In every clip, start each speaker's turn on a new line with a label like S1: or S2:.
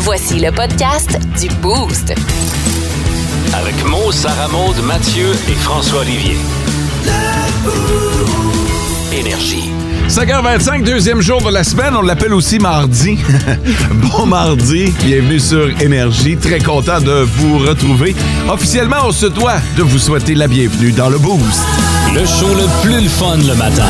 S1: Voici le podcast du Boost.
S2: Avec Mo, Sarah Maud, Mathieu et François Olivier. Énergie.
S3: 5h25, deuxième jour de la semaine, on l'appelle aussi mardi. bon mardi, bienvenue sur Énergie, très content de vous retrouver. Officiellement, on se doit de vous souhaiter la bienvenue dans le Boost.
S2: Le show le plus le fun le matin.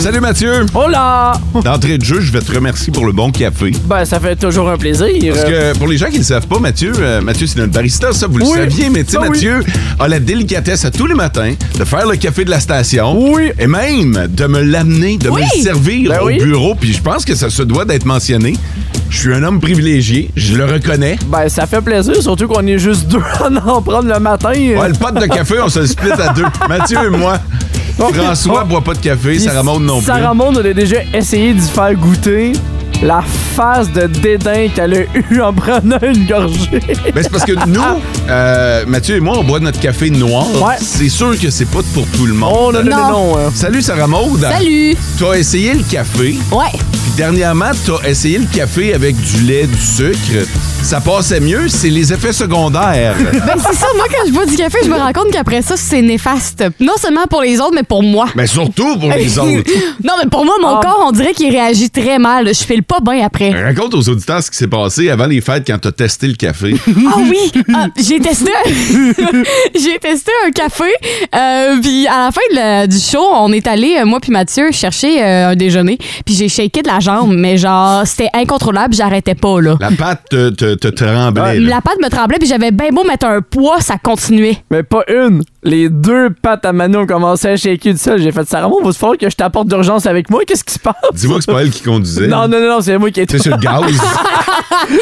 S3: Salut Mathieu!
S4: Hola!
S3: D'entrée de jeu, je vais te remercier pour le bon café.
S4: Ben, ça fait toujours un plaisir.
S3: Parce que pour les gens qui ne le savent pas, Mathieu, euh, Mathieu c'est notre barista, ça vous le
S4: Oui.
S3: saviez, mais tu sais,
S4: Ah oui.
S3: Mathieu a la délicatesse à tous les matins de faire le café de la station.
S4: Oui.
S3: Et même de me l'amener, de
S4: Oui.
S3: me le servir
S4: Ben
S3: au
S4: oui.
S3: bureau. Puis je pense que ça se doit d'être mentionné. Je suis un homme privilégié, je le reconnais.
S4: Ben, ça fait plaisir, surtout qu'on est juste deux à en prendre le matin.
S3: Ouais, le pot de café, on se le split à deux. Mathieu et moi. François boit pas de café, Sarah Maud non plus.
S4: Sarah Maud, on a déjà essayé d'y faire goûter. La phase de dédain qu'elle a eue en prenant une gorgée.
S3: Ben, c'est parce que nous, euh, Mathieu et moi, on boit notre café noir.
S4: Ouais.
S3: C'est sûr que c'est pas pour tout le
S4: On
S3: monde.
S4: a donné
S5: Non.
S4: non. hein.
S3: Salut Sarah Maud.
S5: Salut!
S3: Tu as essayé le café,
S5: Ouais.
S3: puis dernièrement, tu as essayé le café avec du lait, du sucre. Ça passait mieux, c'est les effets secondaires.
S5: Ben, c'est ça, moi, quand je bois du café, je me rends compte qu'après ça, c'est néfaste. Non seulement pour les autres, mais pour moi.
S3: Mais Ben, surtout pour les autres.
S5: non, mais pour moi, mon
S4: Ah.
S5: corps, on dirait qu'il réagit très mal. Je file pas bien après.
S3: Raconte aux auditeurs ce qui s'est passé avant les fêtes quand tu as testé le café.
S5: Ah oui! Ah, j'ai testé J'ai testé un café. euh, puis à la fin de la- du show, on est allé, euh, moi puis Mathieu, chercher euh, un déjeuner. Puis j'ai shaké de la jambe, mais genre, c'était incontrôlable, j'arrêtais pas, là.
S3: La pâte te, te, te tremblait. là.
S5: La patte me tremblait, puis j'avais bien beau mettre un poids, ça continuait.
S4: Mais pas une. Les deux pattes à Manon ont commencé à shaker du sol. J'ai fait Sarah Maud, va se falloir que je t'apporte d'urgence avec moi. Qu'est-ce qui se passe?
S3: Dis-moi que c'est pas elle qui conduisait.
S4: Non, non, non, non, c'est moi qui ai
S3: C'est
S4: été.
S3: sur le gaz,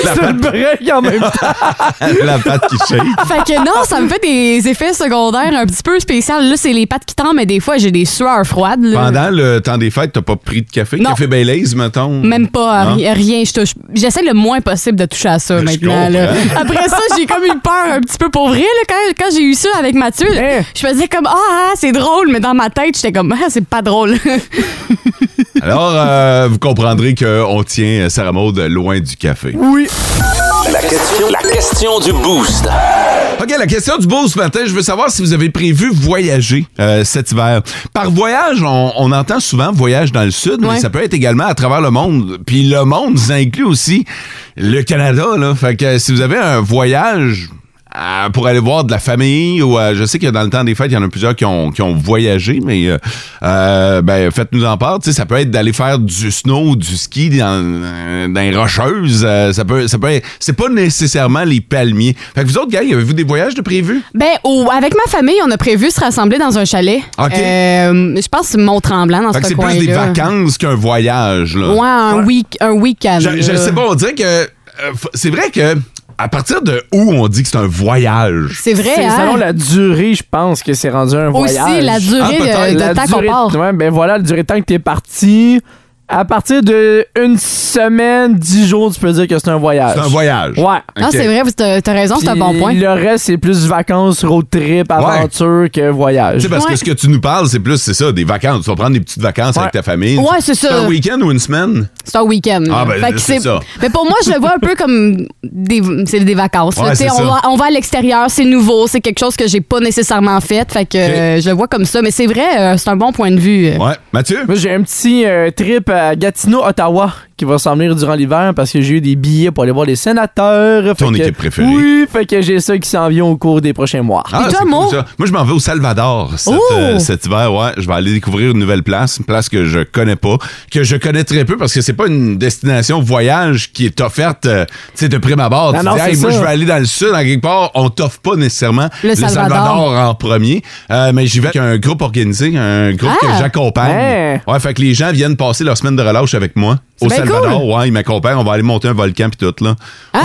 S4: C'est le break en même temps.
S3: la pâte qui shake.
S5: Fait que non, ça me fait des effets secondaires un petit peu spéciaux. Là, c'est les pattes qui tremblent, mais des fois, j'ai des sueurs froides. là.
S3: Pendant le temps des fêtes, t'as pas pris de café?
S5: Non.
S3: Café Baileys, mettons?
S5: Même pas,
S3: Non?
S5: ri- rien. Je touche- J'essaie le moins possible de toucher à ça
S3: Hein? Ben, Je
S5: maintenant. là. Après ça, j'ai comme eu peur un petit peu pour vrai. Là, quand quand j'ai eu ça avec Mathieu,
S4: Hein?
S5: je me disais comme Ah, ah, c'est drôle, mais dans ma tête, j'étais comme Ah, c'est pas drôle.
S3: Alors, euh, vous comprendrez qu'on tient euh, Sarah Maud loin du café.
S2: La question, la question du boost.
S3: OK, la question du beau ce matin, je veux savoir si vous avez prévu voyager euh, cet hiver. Par voyage, on, on entend souvent voyage dans le sud, mais
S5: Ouais.
S3: ça peut être également à travers le monde. Puis le monde, ça inclut aussi le Canada. Là. Fait que euh, si vous avez un voyage euh, pour aller voir de la famille ou euh, je sais que dans le temps des fêtes, il y en a plusieurs qui ont, qui ont voyagé, mais euh, euh, ben, faites-nous en part. Tu sais, ça peut être d'aller faire du snow, du ski dans, euh, dans les rocheuses. euh, ça peut, ça peut être- c'est pas nécessairement les palmiers. Fait que vous autres, gars, avez-vous des voyages de prévus?
S5: ben, au- avec ma famille, on a prévu se rassembler dans un chalet.
S3: OK.
S5: Euh, je pense Mont-Tremblant dans
S3: Fait que
S5: ce
S3: c'est
S5: coin-là.
S3: plus des vacances qu'un voyage. Là.
S5: Ouais, un, week- un week-end.
S3: Je, je
S5: là.
S3: sais pas, on dirait que. euh, f- c'est vrai que. À partir de où on dit que c'est un voyage?
S5: C'est vrai,
S4: C'est
S5: hein?
S4: selon la durée, je pense que c'est rendu un
S5: Aussi,
S4: voyage.
S5: la durée
S3: Ah,
S5: de- de,
S3: peut-être.
S4: La
S5: temps qu'on
S4: durée-
S5: part.
S4: Ouais, ben voilà, la durée de temps que t'es parti. À partir de une semaine, dix jours, tu peux dire que c'est un voyage.
S3: C'est un voyage.
S4: Ouais.
S5: Non,
S3: Ok.
S5: c'est vrai, t'as t'as raison, c'est un
S4: Puis
S5: bon point.
S4: Le reste, c'est plus vacances, road trip, aventure
S3: Tu
S4: que voyage.
S3: sais, parce que
S5: Ouais.
S3: ce que tu nous parles, c'est plus, c'est ça, des vacances. Tu vas prendre des petites vacances avec ta famille.
S5: Ouais, c'est ça.
S3: un week-end ou une semaine?
S5: C'est un week-end.
S3: Ah, ben,
S5: Fait que
S3: c'est ça.
S5: Mais pour moi, je le vois un peu comme des, c'est des vacances. là.
S3: Ouais,
S5: Tu sais,
S3: c'est
S5: on,
S3: ça.
S5: va, on va à l'extérieur, c'est nouveau, c'est quelque chose que j'ai pas nécessairement fait. Fait que euh, je le vois comme ça. Mais c'est vrai, euh, c'est un bon point de vue.
S3: Ouais. Mathieu?
S4: Moi, j'ai un petit euh, trip à Gatineau, Ottawa, qui va s'en venir durant l'hiver parce que j'ai eu des billets pour aller voir les sénateurs.
S3: Ton
S4: Fait que-
S3: équipe préférée.
S4: Oui, fait que j'ai ça qui s'en vient au cours des prochains mois.
S3: Ah,
S5: Et toi,
S3: c'est cool,
S5: Mo?
S3: ça. Moi, je m'en vais au Salvador cet,
S5: Oh!
S3: euh, cet hiver. Ouais, je vais aller découvrir une nouvelle place, une place que je connais pas, que je connais très peu parce que c'est pas une destination voyage qui est offerte, euh, tu sais, de prime abord.
S4: Non,
S3: tu
S4: non,
S3: dis,
S4: c'est
S3: hey, moi,
S4: ça.
S3: je vais aller dans le sud, en quelque part. On t'offre pas nécessairement
S5: Le Salvador.
S3: en premier, Euh, mais j'y vais avec un groupe organisé, un groupe
S5: Ah!
S3: que j'accompagne.
S4: Hein?
S3: Ouais, fait que les gens viennent passer leur semaine de relâche avec moi au
S5: bien
S3: Salvador. Ouais, ils m'accompagnent. On va aller monter un volcan puis tout là.
S5: Ah,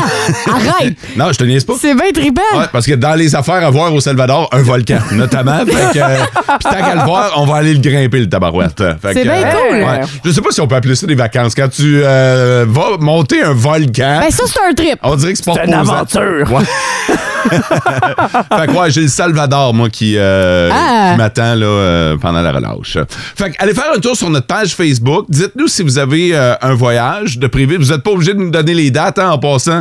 S5: arrête!
S3: Non, je te niaise pas.
S5: C'est bien trippant.
S3: Ouais, parce que dans les affaires à voir au Salvador, un volcan, notamment. fait que, euh, pis tant qu'à le voir, on va aller le grimper, le tabarouette. Fait
S5: C'est
S3: que, euh,
S5: bien cool.
S3: ouais. Je sais pas si on peut appeler ça des vacances. Quand tu euh, vas monter un volcan,
S5: Ben, ça, c'est un trip.
S3: on dirait que c'est pas
S4: C'est une
S3: reposant.
S4: aventure.
S3: Ouais. fait que ouais, j'ai le Salvador, moi, qui, euh,
S5: Ah.
S3: qui m'attend là, euh, pendant la relâche. Fait que allez faire un tour sur notre page Facebook. Dites-nous si vous avez euh, un voyage de privé. Vous n'êtes pas obligé de nous donner les dates hein, en passant.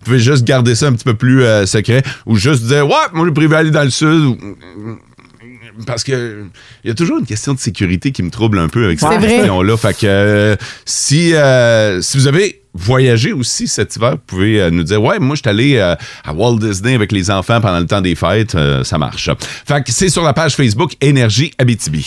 S3: Vous pouvez juste garder ça un petit peu plus euh, secret. Ou juste dire Ouais, moi, le privé aller dans le sud. ou- Parce que il y a toujours une question de sécurité qui me trouble un peu avec cette
S5: C'est vrai.
S3: question-là. Fait que euh, si, euh, si vous avez voyagé aussi cet hiver, vous pouvez euh, nous dire Ouais, moi, je suis allé euh, à Walt Disney avec les enfants pendant le temps des fêtes. Euh, ça marche. Fait que c'est sur la page Facebook Énergie Abitibi.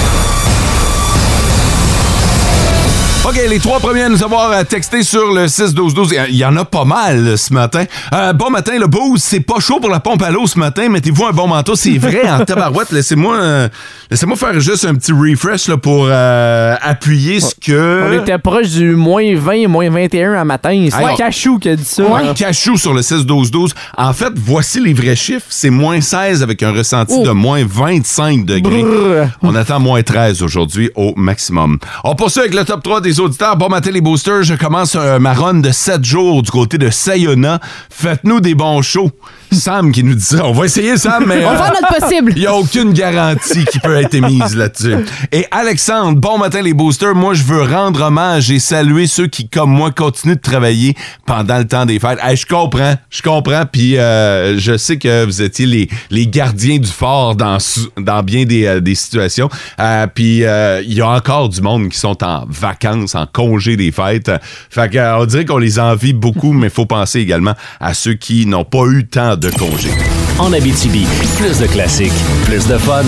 S3: OK, les trois premiers à nous avoir euh, texté sur le 6-12-12, Euh, il y en a pas mal euh, ce matin. Euh, bon matin, le beau, c'est pas chaud pour la pompe à l'eau ce matin. Mettez-vous un bon manteau, c'est vrai, en tabarouette. Laissez-moi euh, laissez-moi faire juste un petit refresh là, pour euh, appuyer ce que...
S4: On était proche du moins 20, moins 21 à matin. C'est
S3: Ouais.
S4: Cachou qui a dit ça.
S3: Ouais. Cachou sur le 6-12-12. En fait, voici les vrais chiffres. C'est moins 16 avec un ressenti
S5: Oh.
S3: de moins 25 degrés.
S4: Brrr.
S3: On attend moins 13 aujourd'hui au maximum. On poursuit avec le top 3 des auditeurs. Bon matin, les boosters. Je commence euh, ma run de 7 jours du côté de Sayona. Faites-nous des bons shows. Sam qui nous dit ça. On va essayer, Sam, mais...
S5: On
S3: euh,
S5: va faire notre possible.
S3: il n'y a aucune garantie qui peut être émise là-dessus. Et Alexandre, bon matin les boosters. Moi, je veux rendre hommage et saluer ceux qui, comme moi, continuent de travailler pendant le temps des fêtes. Hey, je comprends, je comprends. Puis euh, je sais que vous étiez les, les gardiens du fort dans, sou- dans bien des, euh, des situations. Euh, puis euh, il y a encore du monde qui sont en vacances, en congé des fêtes. Fait que, euh, on dirait qu'on les envie beaucoup, mais il faut penser également à ceux qui n'ont pas eu tant de congés.
S2: En Abitibi, plus de classiques, plus de fun.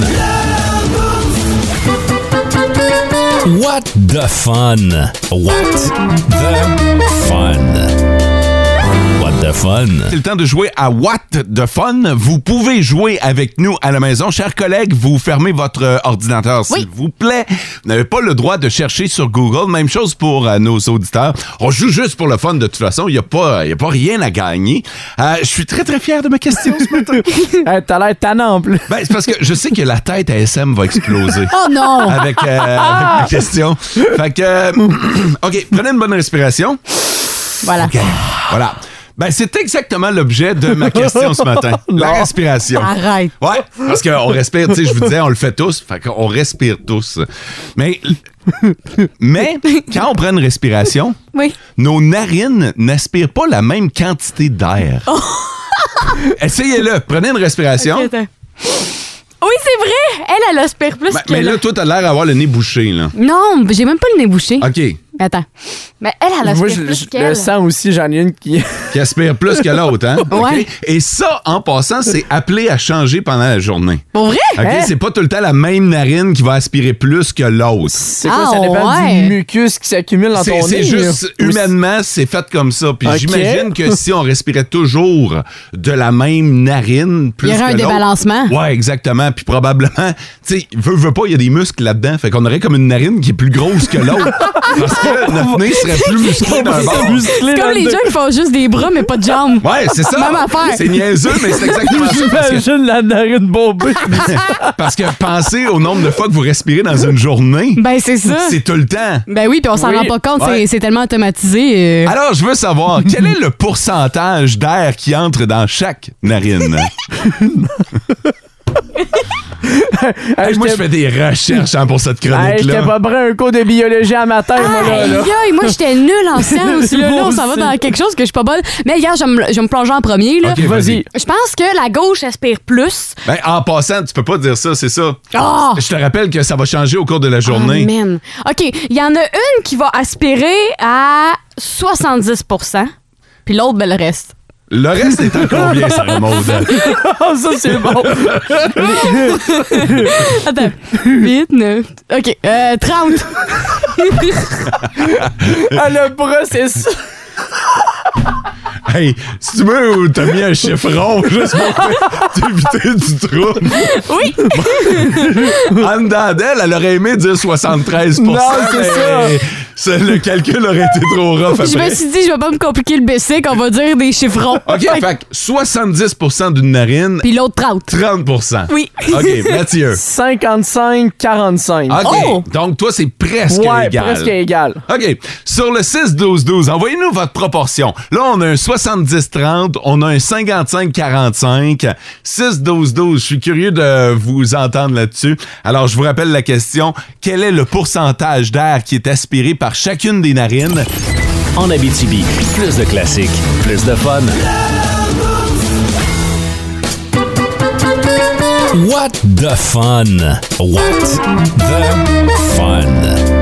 S2: What the fun? What the fun? What the fun?
S3: C'est le temps de jouer à What the Fun. Vous pouvez jouer avec nous à la maison. Chers collègues, vous fermez votre euh, ordinateur, s'il
S5: Oui.
S3: vous plaît. Vous n'avez pas le droit de chercher sur Google. Même chose pour euh, nos auditeurs. On joue juste pour le fun, de toute façon. Il n'y a, pas- il y a pas rien à gagner. Euh, je suis très, très fier de ma question ce matin.
S4: Hey, T'as l'air tannant en plus.
S3: Ben, c'est parce que je sais que la tête à SM va exploser
S5: Oh non! Ah!
S3: avec, euh, avec ma question. Fait que, euh, OK, prenez une bonne respiration.
S5: Voilà.
S3: OK. Voilà. Ben, c'est exactement l'objet de ma question ce matin. la respiration.
S5: Arrête.
S3: Ouais, parce qu'on respire, tu sais, je vous disais, on le fait tous, fait qu'on respire tous. Mais, mais quand on prend une respiration,
S5: Oui.
S3: nos narines n'aspirent pas la même quantité d'air. Essayez-le, prenez une respiration.
S5: Oh. Ok, attends. Oui, c'est vrai! Elle, elle aspire plus
S3: Ben,
S5: que.
S3: mais là, toi, t'as l'air d'avoir le nez bouché, là.
S5: Non, j'ai même pas le nez bouché.
S3: OK, qui
S5: Mais attends. Mais elle, elle aspire
S4: Moi, je,
S5: plus
S4: je le
S5: qu'elle.
S4: sens aussi, j'en ai une qui.
S3: aspire plus que l'autre, hein? OK.
S5: Ouais.
S3: Et ça, en passant, c'est appelé à changer pendant la journée.
S5: Pour vrai?
S3: OK?
S4: Hein?
S3: C'est pas tout le temps la même narine qui va aspirer plus que l'autre.
S4: C'est quoi,
S5: Ah,
S4: ça dépend
S5: ouais.
S4: du mucus qui s'accumule dans ton
S3: C'est
S4: nez.
S3: c'est juste
S4: là. Ou
S3: humainement, c'est fait comme ça. Puis
S4: Ok.
S3: j'imagine que si on respirait toujours de la même narine, plus
S5: Il y aurait
S3: que
S5: un
S3: l'autre-
S5: débalancement.
S3: Ouais, exactement. Puis probablement, tu sais, veut, veut pas, il y a des muscles là-dedans. Fait qu'on aurait comme une narine qui est plus grosse que l'autre. parce que notre nez serait plus musclé d'un bord.
S4: c'est musclé
S5: C'est
S4: dans
S5: comme
S4: le
S5: les
S4: dos.
S5: gens qui font juste des bras, mais pas de jambes.
S3: Ouais, c'est ça.
S5: Même affaire.
S3: C'est niaiseux, mais c'est exactement ça. Parce que,
S4: J'imagine la narine bombée.
S3: parce que pensez au nombre de fois que vous respirez dans une journée.
S5: Ben, c'est ça.
S3: C'est tout le temps.
S5: Ben oui, puis on s'en
S4: Oui.
S5: rend pas compte,
S3: Ouais.
S5: c'est- c'est tellement automatisé. euh.
S3: Alors, je veux savoir, quel est le pourcentage d'air qui entre dans chaque narine?
S4: Hey,
S3: Hey, moi, je
S4: j'étais-
S3: fais des recherches hein, pour cette
S4: Hey, J'étais
S3: chronique-là.
S4: pas prêt à un cours de biologie à matin, moi, là.
S5: Aïe,
S4: là.
S5: aïe, moi j'étais nulle en sciences. là, là, on s'en va
S4: Moi aussi.
S5: dans quelque chose que je suis pas bonne. Mais hier, je vais me- je vais me plonger en premier. Là.
S3: Ok,
S4: Vas-y.
S5: Je pense que la gauche aspire plus.
S3: Ben, en passant, tu peux pas dire ça, c'est ça.
S5: Ah!
S3: Je te rappelle que ça va changer au cours de la
S5: Oh,
S3: journée.
S5: man. OK, il y en a une qui va aspirer à 70 puis l'autre, ben, le reste.
S3: le reste est en combien, Sarah Maud?
S4: Ah, ça, c'est bon.
S5: 8, 9. OK, euh, 30.
S4: Ah, le bras, c'est ça.
S3: hey, si tu veux, ou t'as mis un chiffre rond juste pour t'éviter du trouble.
S5: Oui!
S3: Anne Dandel, elle aurait aimé dire 73
S4: Non, c'est
S3: mais Ça, Le calcul aurait été trop rough
S5: Je me
S3: après.
S5: suis dit, je vais pas me compliquer le basic, on va dire des chiffrons.
S3: OK, fait que 70 d'une narine,
S5: Puis l'autre 30.
S3: 30
S5: Oui.
S3: OK, Mathieu.
S4: 55-45.
S3: OK,
S5: Oh!
S3: donc toi, c'est presque
S4: ouais,
S3: égal.
S4: presque égal.
S3: OK. Sur le 6-12-12, envoyez-nous votre proportion. Là, on a un 70-30, on a un 55-45. 6-12-12, je suis curieux de vous entendre là-dessus. Alors, je vous rappelle la question. Quel est le pourcentage d'air qui est aspiré par chacune des narines?
S2: En Abitibi, plus de classiques, plus de fun. What the fun? What the fun?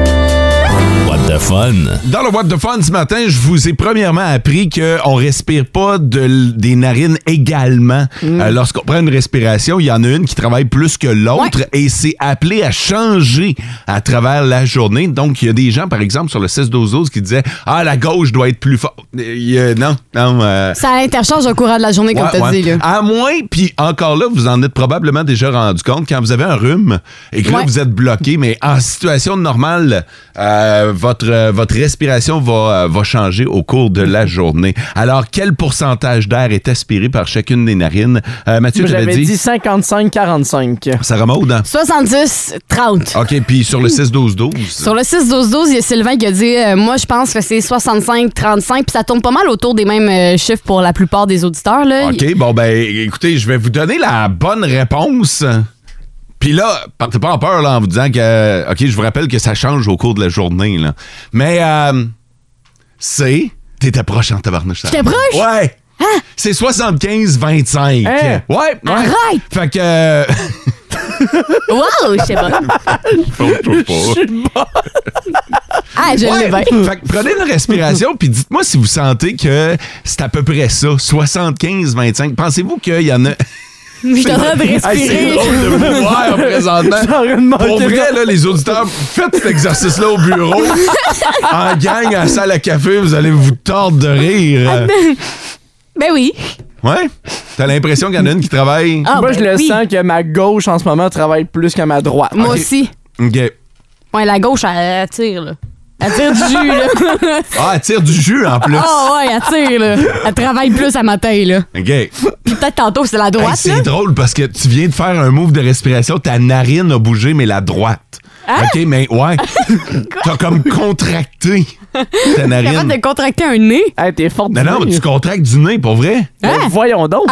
S2: What the fun?
S3: Dans le What the Fun ce matin, je vous ai premièrement appris qu'on respire pas de l- des narines également. Euh, Lorsqu'on prend une respiration, il y en a une qui travaille plus que l'autre et c'est appelé à changer à travers la journée. Donc, il y a des gens, par exemple, sur le 6-12-12 qui disaient « Ah, la gauche doit être plus forte. Euh, il y a- Non, non. euh,
S5: Ça interchange au courant de la journée, comme
S3: Ouais,
S5: t'as
S3: ouais.
S5: dit, là.
S3: À moins, puis encore là, vous en êtes probablement déjà rendu compte, quand vous avez un rhume et que là,
S5: Ouais.
S3: vous êtes bloqué, mais en situation normale, euh, votre, euh, votre respiration va, euh, va changer au cours de la journée. Alors, quel pourcentage d'air est aspiré par chacune des narines? Euh, Mathieu,
S4: Moi,
S3: tu
S4: J'avais
S3: dit,
S4: dit 55-45.
S3: ça remonte, hein?
S5: 70, 30.
S3: OK, puis sur le 6-12-12.
S5: Sur le 6-12-12, il y a Sylvain qui a dit euh, Moi, je pense que c'est 65-35, puis ça tourne pas mal autour des mêmes euh, chiffres pour la plupart des auditeurs. Là.
S3: OK, bon, ben, écoutez, je vais vous donner la bonne réponse. Puis là, partez pas en peur là, en vous disant que, OK, je vous rappelle que ça change au cours de la journée. Là. Mais euh, c'est. T'étais proche en tabarnouche. ça.
S5: J'étais proche?
S3: Ouais!
S5: Hein?
S3: C'est 75-25.
S4: Hein?
S3: Ouais, ouais.
S5: Euh. Arrête!
S3: Fait que. euh,
S5: Wow, je sais pas. Ah, je l'ai bien.
S3: Ouais. Fait que prenez une respiration, puis dites-moi si vous sentez que c'est à peu près ça, 75-25. Pensez-vous qu'il y en a.
S5: Je suis en train de
S3: Hey, c'est
S5: respirer.
S3: drôle de vous voir en présentant.
S4: J'aurais demandé
S3: Pour vrai,
S4: ça.
S3: là, les auditeurs, faites cet exercice-là au bureau. en gang, à la salle à café, vous allez vous tordre de
S5: Ah,
S3: rire.
S5: Ben oui.
S3: Ouais? T'as l'impression qu'il y en a une qui travaille?
S5: Ah,
S4: Moi,
S5: ben
S4: je le
S5: oui.
S4: sens que ma gauche en ce moment travaille plus que ma droite.
S5: Moi
S3: Ok.
S5: aussi.
S3: OK.
S5: Ouais, la gauche, elle, elle tire, là. Elle tire Ah, du jus, là.
S3: Ah, elle tire du jus en plus.
S5: Ah ouais, elle tire, là. Elle travaille plus à matin, là.
S3: OK. Hey,
S5: Puis peut-être tantôt, c'est la droite, là.
S3: c'est drôle parce que tu viens de faire un move de respiration, ta narine a bougé, mais la droite.
S5: Ah!
S3: OK, mais ouais. T'as comme contracté ta
S5: T'es capable
S3: narine.
S5: de contracter un nez?
S4: Hey, t'es forte
S3: Non,
S4: du
S3: non,
S4: nez.
S3: mais tu contractes du nez, pour vrai?
S4: Ben,
S5: Hein?
S4: Voyons donc.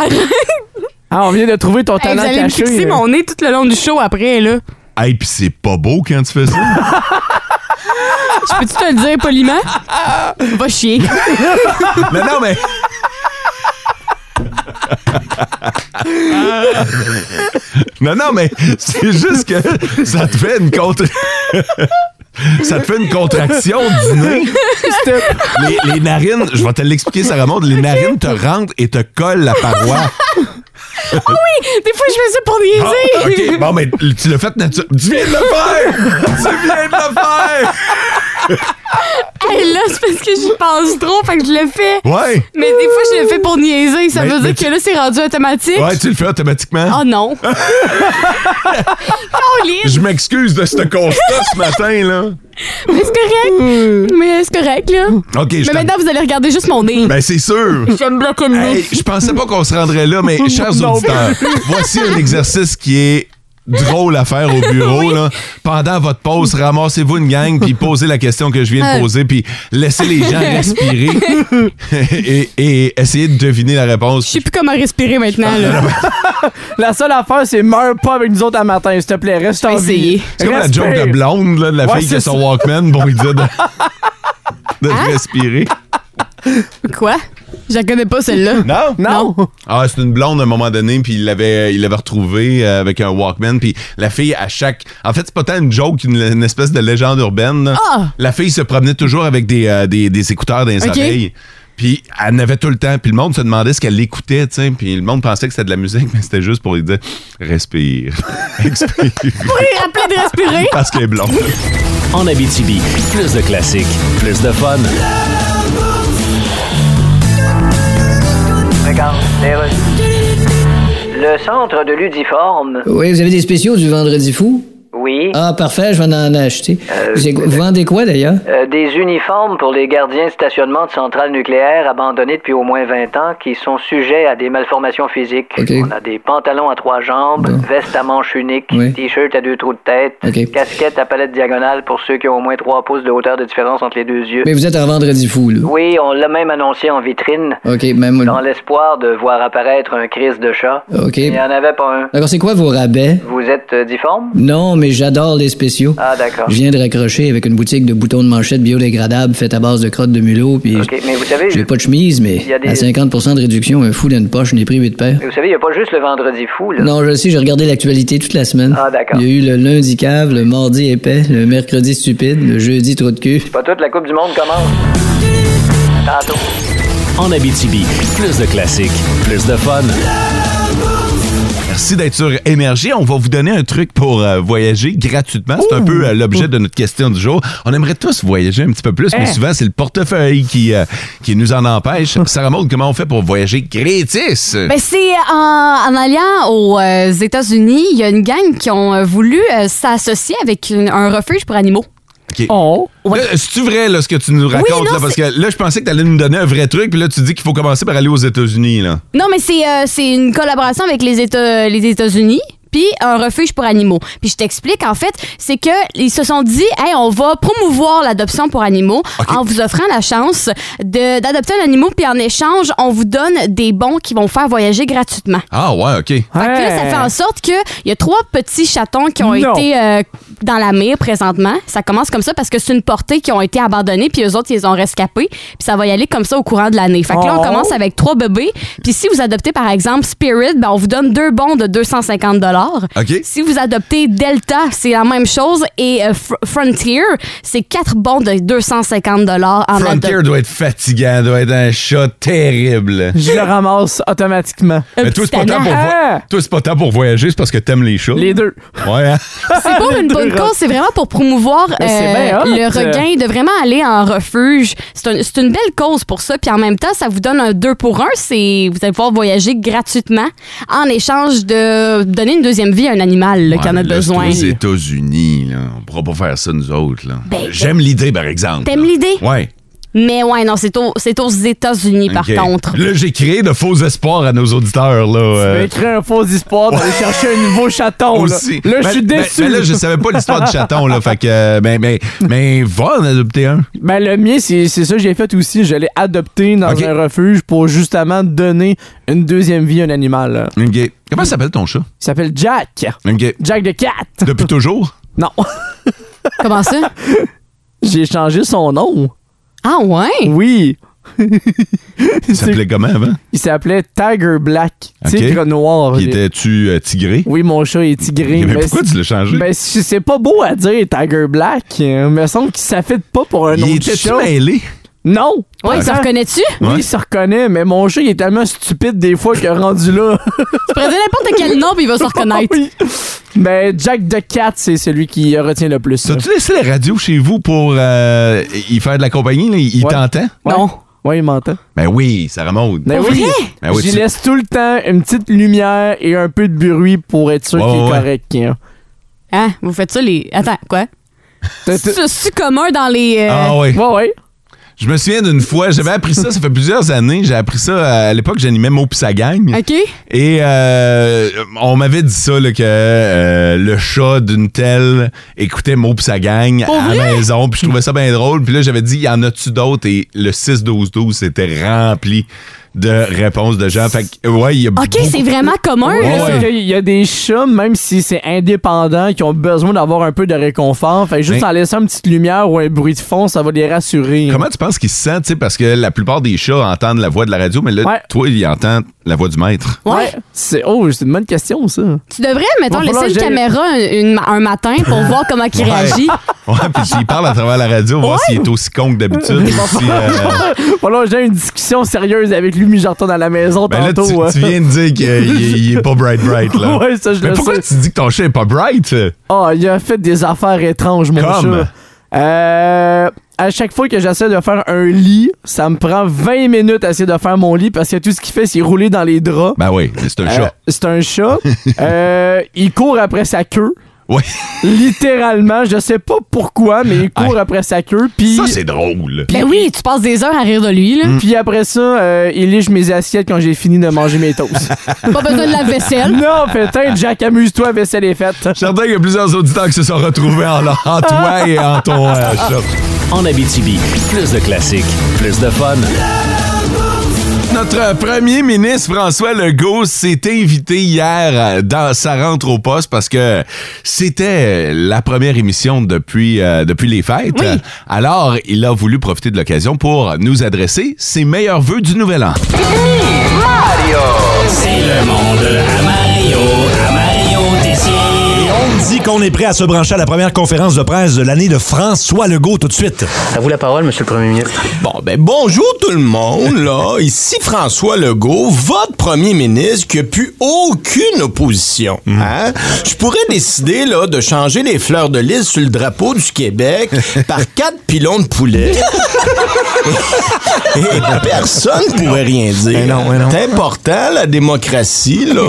S4: Ah, on vient de trouver ton
S5: Hey, vous
S4: talent
S5: allez me
S4: caché.
S5: fixer
S4: là.
S5: mon nez tout le long du show après, là.
S3: Hey, pis c'est pas beau quand tu fais ça.
S5: Je peux-tu te le dire poliment? Va chier.
S3: mais non, mais. non, non, mais c'est juste que ça te fait une contre. Ça te fait une contraction du nez. Les, les narines, je vais te l'expliquer, ça remonte. Les narines te rentrent et te collent la paroi.
S5: Ah Des fois, je fais ça pour
S3: Ah,
S5: niaiser.
S3: ok, bon, mais tu l'as fait nature. Tu viens de le faire! Tu viens de le faire!
S5: Hey, là, c'est parce que j'y pense trop, fait que je le fais.
S3: Ouais!
S5: Mais des fois, je le fais pour niaiser. Ça
S3: Mais-
S5: veut
S3: mais
S5: dire
S3: tu-
S5: que là, c'est rendu automatique.
S3: Ouais, tu le fais hein? automatiquement.
S5: Oh non. Caroline,
S3: Je m'excuse de ce constat ce matin, là.
S5: mais c'est correct. Mais c'est correct, là.
S3: OK, je
S5: Mais
S3: t'en-
S5: maintenant, vous allez regarder juste mon nez.
S3: Ben, c'est sûr.
S5: Je vais me bloquer le nez.
S3: Hey, je pensais pas qu'on se rendrait là, mais chers
S4: Non.
S3: auditeurs, voici un exercice qui est drôle à faire au bureau. là. Pendant votre pause, ramassez-vous une gang, puis posez la question que je viens
S4: Hein.
S3: de poser, puis laissez les gens respirer et, et essayez de deviner la
S5: Je
S3: réponse.
S5: sais plus comment respirer maintenant,
S3: Ah,
S5: là.
S4: La seule affaire, c'est meurs pas avec nous autres à matin, s'il te plaît. Reste en vie.
S5: essayer.
S3: C'est comme la
S4: Respire.
S3: joke de blonde, là, de la
S4: Ouais,
S3: fille qui a
S4: c'est
S3: son
S4: ça. Hein?
S3: Walkman, bon, il disait de, de respirer.
S5: Quoi? Je la connais pas, celle-là.
S3: Non?
S4: Non.
S3: Ah, c'est une blonde à un moment donné, puis il l'avait il l'avait retrouvée euh, avec un Walkman, puis la fille à chaque en fait, c'est pas tant une joke qu'une une espèce de légende urbaine. là.
S5: Ah!
S3: La fille se promenait toujours avec des, euh, des, des écouteurs dans les
S5: Ok.
S3: oreilles. Puis elle en avait tout le temps, puis le monde se demandait ce qu'elle écoutait, tu sais, puis le monde pensait que c'était de la musique, mais c'était juste pour lui dire respire, expire
S5: Oui, rappelez de respirer.
S3: parce qu'elle est blonde.
S2: En Abitibi, plus de classiques, plus de fun.
S6: Regarde, les Russes. Le centre de l'Udiforme.
S7: Oui, vous avez des spéciaux du Vendredi fou?
S6: Oui, oui.
S7: Ah, parfait, je vais en acheter.
S6: Euh,
S7: vous, vous vendez quoi, d'ailleurs?
S6: Euh, des uniformes pour les gardiens de stationnement de centrales nucléaires abandonnées depuis au moins 20 ans qui sont sujets à des malformations physiques.
S7: Ok.
S6: On a des pantalons à trois jambes,
S7: Bon.
S6: veste à manches uniques,
S7: Oui.
S6: t-shirt à deux trous de tête,
S7: Ok.
S6: casquette à palette diagonale pour ceux qui ont au moins trois pouces de hauteur de différence entre les deux yeux.
S7: Mais vous êtes un vendredi fou, là. Ah,
S6: Oui, on l'a même annoncé en vitrine.
S7: OK, même.
S6: Dans l'espoir de voir apparaître un crise de chat.
S7: Ah, OK.
S6: Il n'y en avait pas un.
S7: D'accord, c'est quoi vos rabais?
S6: Vous êtes euh, difforme?
S7: Non, Oh, mais j'adore les spéciaux.
S6: Ah, d'accord.
S7: Je viens de raccrocher avec une boutique de boutons de manchette biodégradables faite à base de crottes de mulot, puis
S6: OK, mais vous savez,
S7: j'ai pas de chemise, mais
S6: Il y a des-
S7: à 50 de réduction, un fou d'une poche, je n'ai pris huit paires.
S6: mais vous savez, il n'y a pas juste le vendredi fou, là.
S7: Non, je le sais, j'ai regardé l'actualité toute la semaine.
S6: Ah, d'accord.
S7: Il y a eu le lundi cave, le mardi épais, le mercredi stupide, le jeudi trou de cul.
S6: Pas toute la Coupe du Monde commence. Tantôt.
S2: En Abitibi, plus de classiques, plus de fun.
S3: Merci d'être sur Énergie. On va vous donner un truc pour euh, voyager gratuitement. C'est un peu euh, l'objet de notre question du jour. On aimerait tous voyager un petit peu plus, mais
S5: Eh!
S3: souvent, c'est le portefeuille qui, euh, qui nous en empêche. Sarah Maud, comment on fait pour voyager gratis?
S5: Ben, c'est en, en alliant aux euh, États-Unis, il y a une gang qui ont euh, voulu euh, s'associer avec une- un refuge pour animaux.
S4: Oh.
S3: Là, Euh, C'est-tu vrai, là, ce que tu nous racontes?
S5: non,
S3: là, parce que là, je pensais que tu allais nous donner un vrai truc, puis là, tu dis qu'il faut commencer par aller aux États-Unis. là.
S5: Non, mais c'est euh, c'est une collaboration avec les États les États-Unis puis un refuge pour animaux. Puis je t'explique en fait, c'est que ils se sont dit "Hey, on va promouvoir l'adoption pour animaux
S3: Ok.
S5: en vous offrant la chance de d'adopter un animal puis en échange, on vous donne des bons qui vont faire voyager gratuitement."
S3: Ah, ouais, OK.
S5: Fait que là, ça fait en sorte que il y a trois petits chatons qui ont
S4: Non.
S5: été euh, dans la mer présentement. Ça commence comme ça parce que c'est une portée qui ont été abandonnés puis eux autres ils les ont rescapés puis ça va y aller comme ça au courant de l'année. Fait que là on
S4: Oh.
S5: commence avec trois bébés puis si vous adoptez par exemple Spirit, ben on vous donne deux bons de 250 dollars.
S3: OK.
S5: Si vous adoptez Delta, c'est la même chose et euh, Fr- Frontier, c'est quatre bons de 250 dollars en
S3: Frontier
S5: adoption.
S3: doit être fatigant, doit être un chat terrible.
S4: Je le ramasse automatiquement.
S5: Euh,
S3: Mais toi, c'est pas, tant pour vo-
S4: Ah!
S3: toi, c'est pas tant pour voyager, c'est parce que t'aimes les chats.
S4: Les deux.
S3: Ouais, hein?
S5: C'est pas une bonne cause, c'est vraiment pour promouvoir
S4: Mais c'est
S5: euh,
S4: bien hot.
S5: le regain, de vraiment aller en refuge. C'est un- c'est une belle cause pour ça. Puis en même temps, ça vous donne un deux pour un. C'est vous allez pouvoir voyager gratuitement en échange de donner une deuxième vie à un animal là, qui en
S3: Ouais,
S5: a
S3: mais là,
S5: besoin.
S3: c'est aux États-Unis, là. on pourra pas faire ça nous autres. là.
S5: Ben,
S3: J'aime l'idée, par exemple.
S5: T'aimes
S3: là.
S5: l'idée?
S3: Ouais.
S5: Mais ouais, non, c'est au- c'est aux États-Unis par
S3: OK.
S5: contre.
S3: Là, j'ai créé de faux espoirs à nos auditeurs. Là,
S4: Je
S3: euh,
S4: vais créer un faux espoir d'aller chercher un nouveau chaton. Là,
S3: aussi.
S4: Là, je
S3: Ben,
S4: suis
S3: ben,
S4: déçu.
S3: ben là, je savais pas l'histoire du chaton. Là, fait que, euh, ben, ben, mais va en adopter un.
S4: Ben, le mien, c'est c'est ça que j'ai fait aussi. Je l'ai adopté dans
S3: Ok.
S4: un refuge pour justement donner une deuxième vie à un animal. là.
S3: OK. Comment s'appelle ton chat?
S4: Il s'appelle Jack.
S3: OK.
S4: Jack the Cat.
S3: Depuis toujours?
S4: Non,
S5: Comment ça?
S4: j'ai changé son nom.
S5: Ah ouais?
S4: Oui.
S3: Il s'appelait comment avant?
S4: Il s'appelait Tiger Black.
S3: Ok.
S4: Tigre noir.
S3: Puis étais-tu euh, tigré?
S4: Oui, mon chat est tigré.
S3: Mais
S4: mais
S3: pourquoi
S4: c'est-
S3: tu l'as changé?
S4: ben, c'est c'est pas beau à dire Tiger Black. Il me semble qu'il s'affite pas pour un nom
S3: il
S4: de
S3: était-tu
S4: chat.
S3: mêlé?
S4: Non.
S5: Ouais,
S4: Attends.
S5: ça reconnaît-tu?
S4: Oui,
S3: Ouais.
S4: il se reconnaît, mais mon chat, il est tellement stupide des fois qu'il est rendu là.
S5: Tu pourrais dire n'importe quel nom, puis il va se reconnaître.
S4: Oui. Mais Jack the Cat, c'est celui qui euh, retient le plus.
S3: T'as-tu laissé la radio chez vous pour euh, y faire de la compagnie? là? Il
S4: Ouais.
S3: t'entend?
S5: Non.
S4: Oui, il m'entend.
S3: Ben oui, ça remonte.
S4: Ben
S5: Pour
S4: oui.
S5: vrai?
S3: Ben oui,
S4: J'y
S3: tu-
S4: laisse tout le temps une petite lumière et un peu de bruit pour être sûr
S3: Ouais,
S4: qu'il est
S3: ouais, ouais.
S4: correct. hein.
S5: Hein? Vous faites ça les. Attends, quoi?
S4: T'as- t'as-
S5: C'est c'est commun dans les. euh,
S3: Ah oui.
S4: Ouais, ouais.
S3: Je me souviens d'une fois, j'avais appris ça, ça fait plusieurs années, j'ai appris ça euh, à l'époque, j'animais Mo pis sa gang.
S5: OK?
S3: Et euh, on m'avait dit ça, là, que euh, le chat d'une telle écoutait Mo pis sa gang
S5: Pour
S3: à la maison, puis je trouvais ça bien drôle. Puis là, j'avais dit, y en a-tu d'autres? Et le 6-12-12, c'était rempli de réponses de gens. Fait que, ouais, il y a
S5: OK,
S3: beaucoup-
S5: c'est vraiment commun.
S3: Ouais,
S5: là.
S3: ouais.
S4: Parce que Il y a des chats, même si c'est indépendant, qui ont besoin d'avoir un peu de réconfort. Fait que juste
S3: Mais-
S4: en laissant une petite lumière ou un bruit de fond, ça va les rassurer.
S3: Comment tu penses qu'il se sent, tu sais, parce que la plupart des chats entendent la voix de la radio, mais là,
S4: Ouais.
S3: toi, il entend la voix du maître.
S5: Ouais.
S4: C'est oh, c'est une bonne question ça.
S5: Tu devrais, mettons,
S4: Va falloir
S5: laisser une
S4: que j'aille-
S5: caméra un, une- un matin pour voir comment il
S3: Ouais.
S5: réagit.
S3: Ouais, puis il parle à travers la radio, voir s'il est aussi con que d'habitude. ou si, euh,
S4: Voilà, j'ai une discussion sérieuse avec lui, mais je retourne à la maison
S3: ben là, tu,
S4: tantôt. hein.
S3: tu viens de dire qu'il est- il est pas bright, bright, là.
S4: Ouais, ça, je
S3: mais
S4: le
S3: pourquoi
S4: sais.
S3: tu dis que ton chien est pas bright?
S4: Ah, il a fait des affaires étranges, mon
S3: Comme?
S4: chat. Euh, à chaque fois que j'essaie de faire un lit, ça me prend 20 minutes à essayer de faire mon lit parce que tout ce qu'il fait, c'est rouler dans les draps.
S3: Ben oui, mais c'est un
S4: Euh,
S3: chat.
S4: c'est un chat. Euh, il court après sa queue.
S3: Oui.
S4: Littéralement, je sais pas pourquoi, mais il court après sa queue. Puis Mm.
S3: Ça, c'est drôle.
S5: Ben hein. oui, tu passes des heures à rire de lui, là.
S4: Puis après ça, euh, il liche mes assiettes quand j'ai fini de manger mes toasts.
S5: Pas besoin de la vaisselle.
S4: non, putain, Jack, amuse-toi, vaisselle est faite.
S3: Je suis certain qu'il y a plusieurs auditeurs qui se sont retrouvés en, en Ah, toi et en ton
S4: Ah.
S3: euh, chat.
S2: Ah, En Abitibi, plus de classiques, plus de fun.
S3: Notre euh, premier ministre François Legault s'est invité hier euh, dans sa rentre au poste parce que c'était euh, la première émission depuis euh, depuis les fêtes. Alors, il a voulu profiter de l'occasion pour nous adresser ses meilleurs vœux du nouvel an.
S8: C'est le monde à Mario, à Mario Tessier.
S9: Et on me dit qu'on est prêt à se brancher à la première conférence de presse de l'année de François Legault tout de suite.
S10: À vous la parole, Monsieur le Premier ministre.
S8: Bon, ben bonjour tout le monde, là. Ici François Legault, votre premier ministre qui a pu aucune opposition.
S9: Mhm.
S8: Hein? Je pourrais décider, là, de changer les fleurs de lys sur le drapeau du Québec par quatre pilons de poulet. Et personne pourrait rien dire. C'est important, la démocratie, là.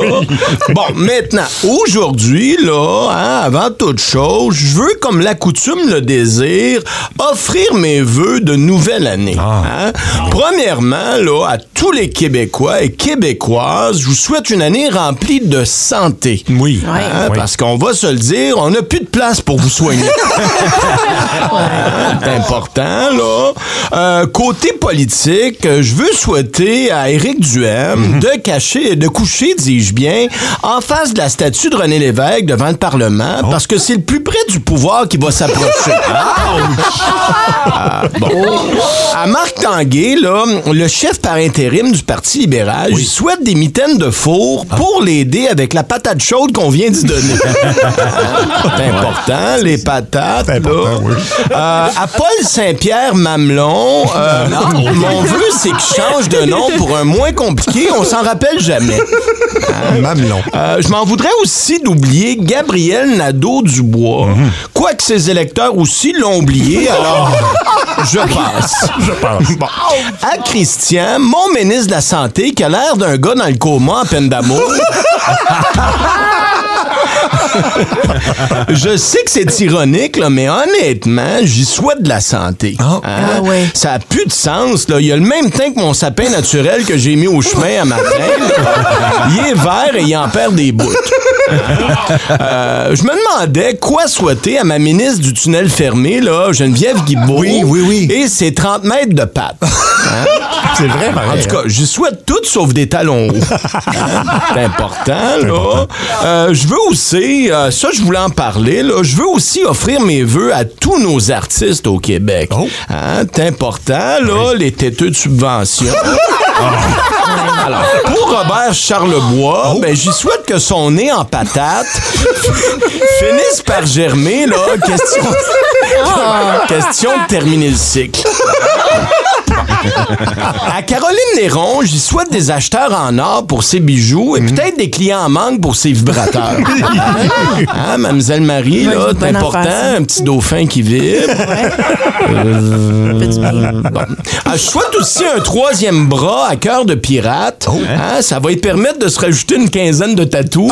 S8: bon, maintenant, aujourd'hui, là, hein, avant toute chose, je veux, comme la coutume le désire, offrir mes vœux de nouvelle année.
S9: Ah.
S8: hein. Premièrement, là, à tous les Québécois et Québécoises, je vous souhaite une année remplie de santé.
S9: Oui.
S8: Hein, Parce qu'on va se le dire, on n'a plus de place pour vous soigner. Hein, C'est important, là. Euh, côté politique, euh, je veux souhaiter à Éric Duhem de cacher, de coucher, dis-je bien, en face de la statue de René Lévesque devant le Parlement, parce que c'est le plus près du pouvoir qui va s'approcher. Ah, bon.
S9: Oh.
S8: À Marc Tanguay, là, le chef par intérim du Parti libéral, je souhaite des mitaines de four
S9: Ah.
S8: pour l'aider avec la patate chaude qu'on vient d'y donner. C'est important, les patates.
S9: C'est important,
S8: là.
S9: oui.
S8: Euh, à Paul Saint-Pierre Mamelon, euh, mon vœu, c'est qu'il change de nom pour un moins compliqué. On s'en rappelle jamais.
S9: Mamelon.
S8: Euh, je m'en voudrais aussi d'oublier Gabriel Nadeau-Dubois. Quoique ses électeurs aussi l'ont oublié, alors je passe.
S9: Je pense.
S8: Bon. À Christian, mon ministre de la Santé, qui a l'air d'un gars dans le coma en peine d'amour. je sais que c'est ironique, là, mais honnêtement, j'y souhaite de la santé. Hein? Ça a plus de sens. Là. Il y a le même teint que mon sapin naturel que j'ai mis au chemin à matin. là. Il est vert et il en perd des bouts. Euh, je me demandais quoi souhaiter à ma ministre du tunnel fermé, là, Geneviève Guibault.
S9: Oui, oui, oui.
S8: Et ses 30 mètres de pattes. Hein?
S9: C'est vrai,
S8: En
S9: pareil.
S8: tout cas, je souhaite tout sauf des talons hauts. C'est important, là. Euh, je veux aussi, euh, ça, je voulais en parler, là. Je veux aussi offrir mes vœux à tous nos artistes au Québec.
S9: Oh.
S8: Hein, C'est important, là, les têteux de subvention. Ah. Alors, pour Robert Charlebois, ben, j'y souhaite que son nez en patate finisse par germer, là. Question,
S3: Ah.
S8: question de terminer le cycle. À Caroline Néron, j'y souhaite des acheteurs en or pour ses bijoux et peut-être des clients en manque pour ses vibrateurs. hein, Mademoiselle Marie,
S11: Ouais,
S8: là,
S11: c'est une
S8: c'est
S11: bonne
S8: important,
S11: affaire, ça.
S8: un petit dauphin qui vibre. Euh, bon. Ah, je souhaite aussi un troisième bras à cœur de pirate. Hein, ça va lui permettre de se rajouter une quinzaine de tatous.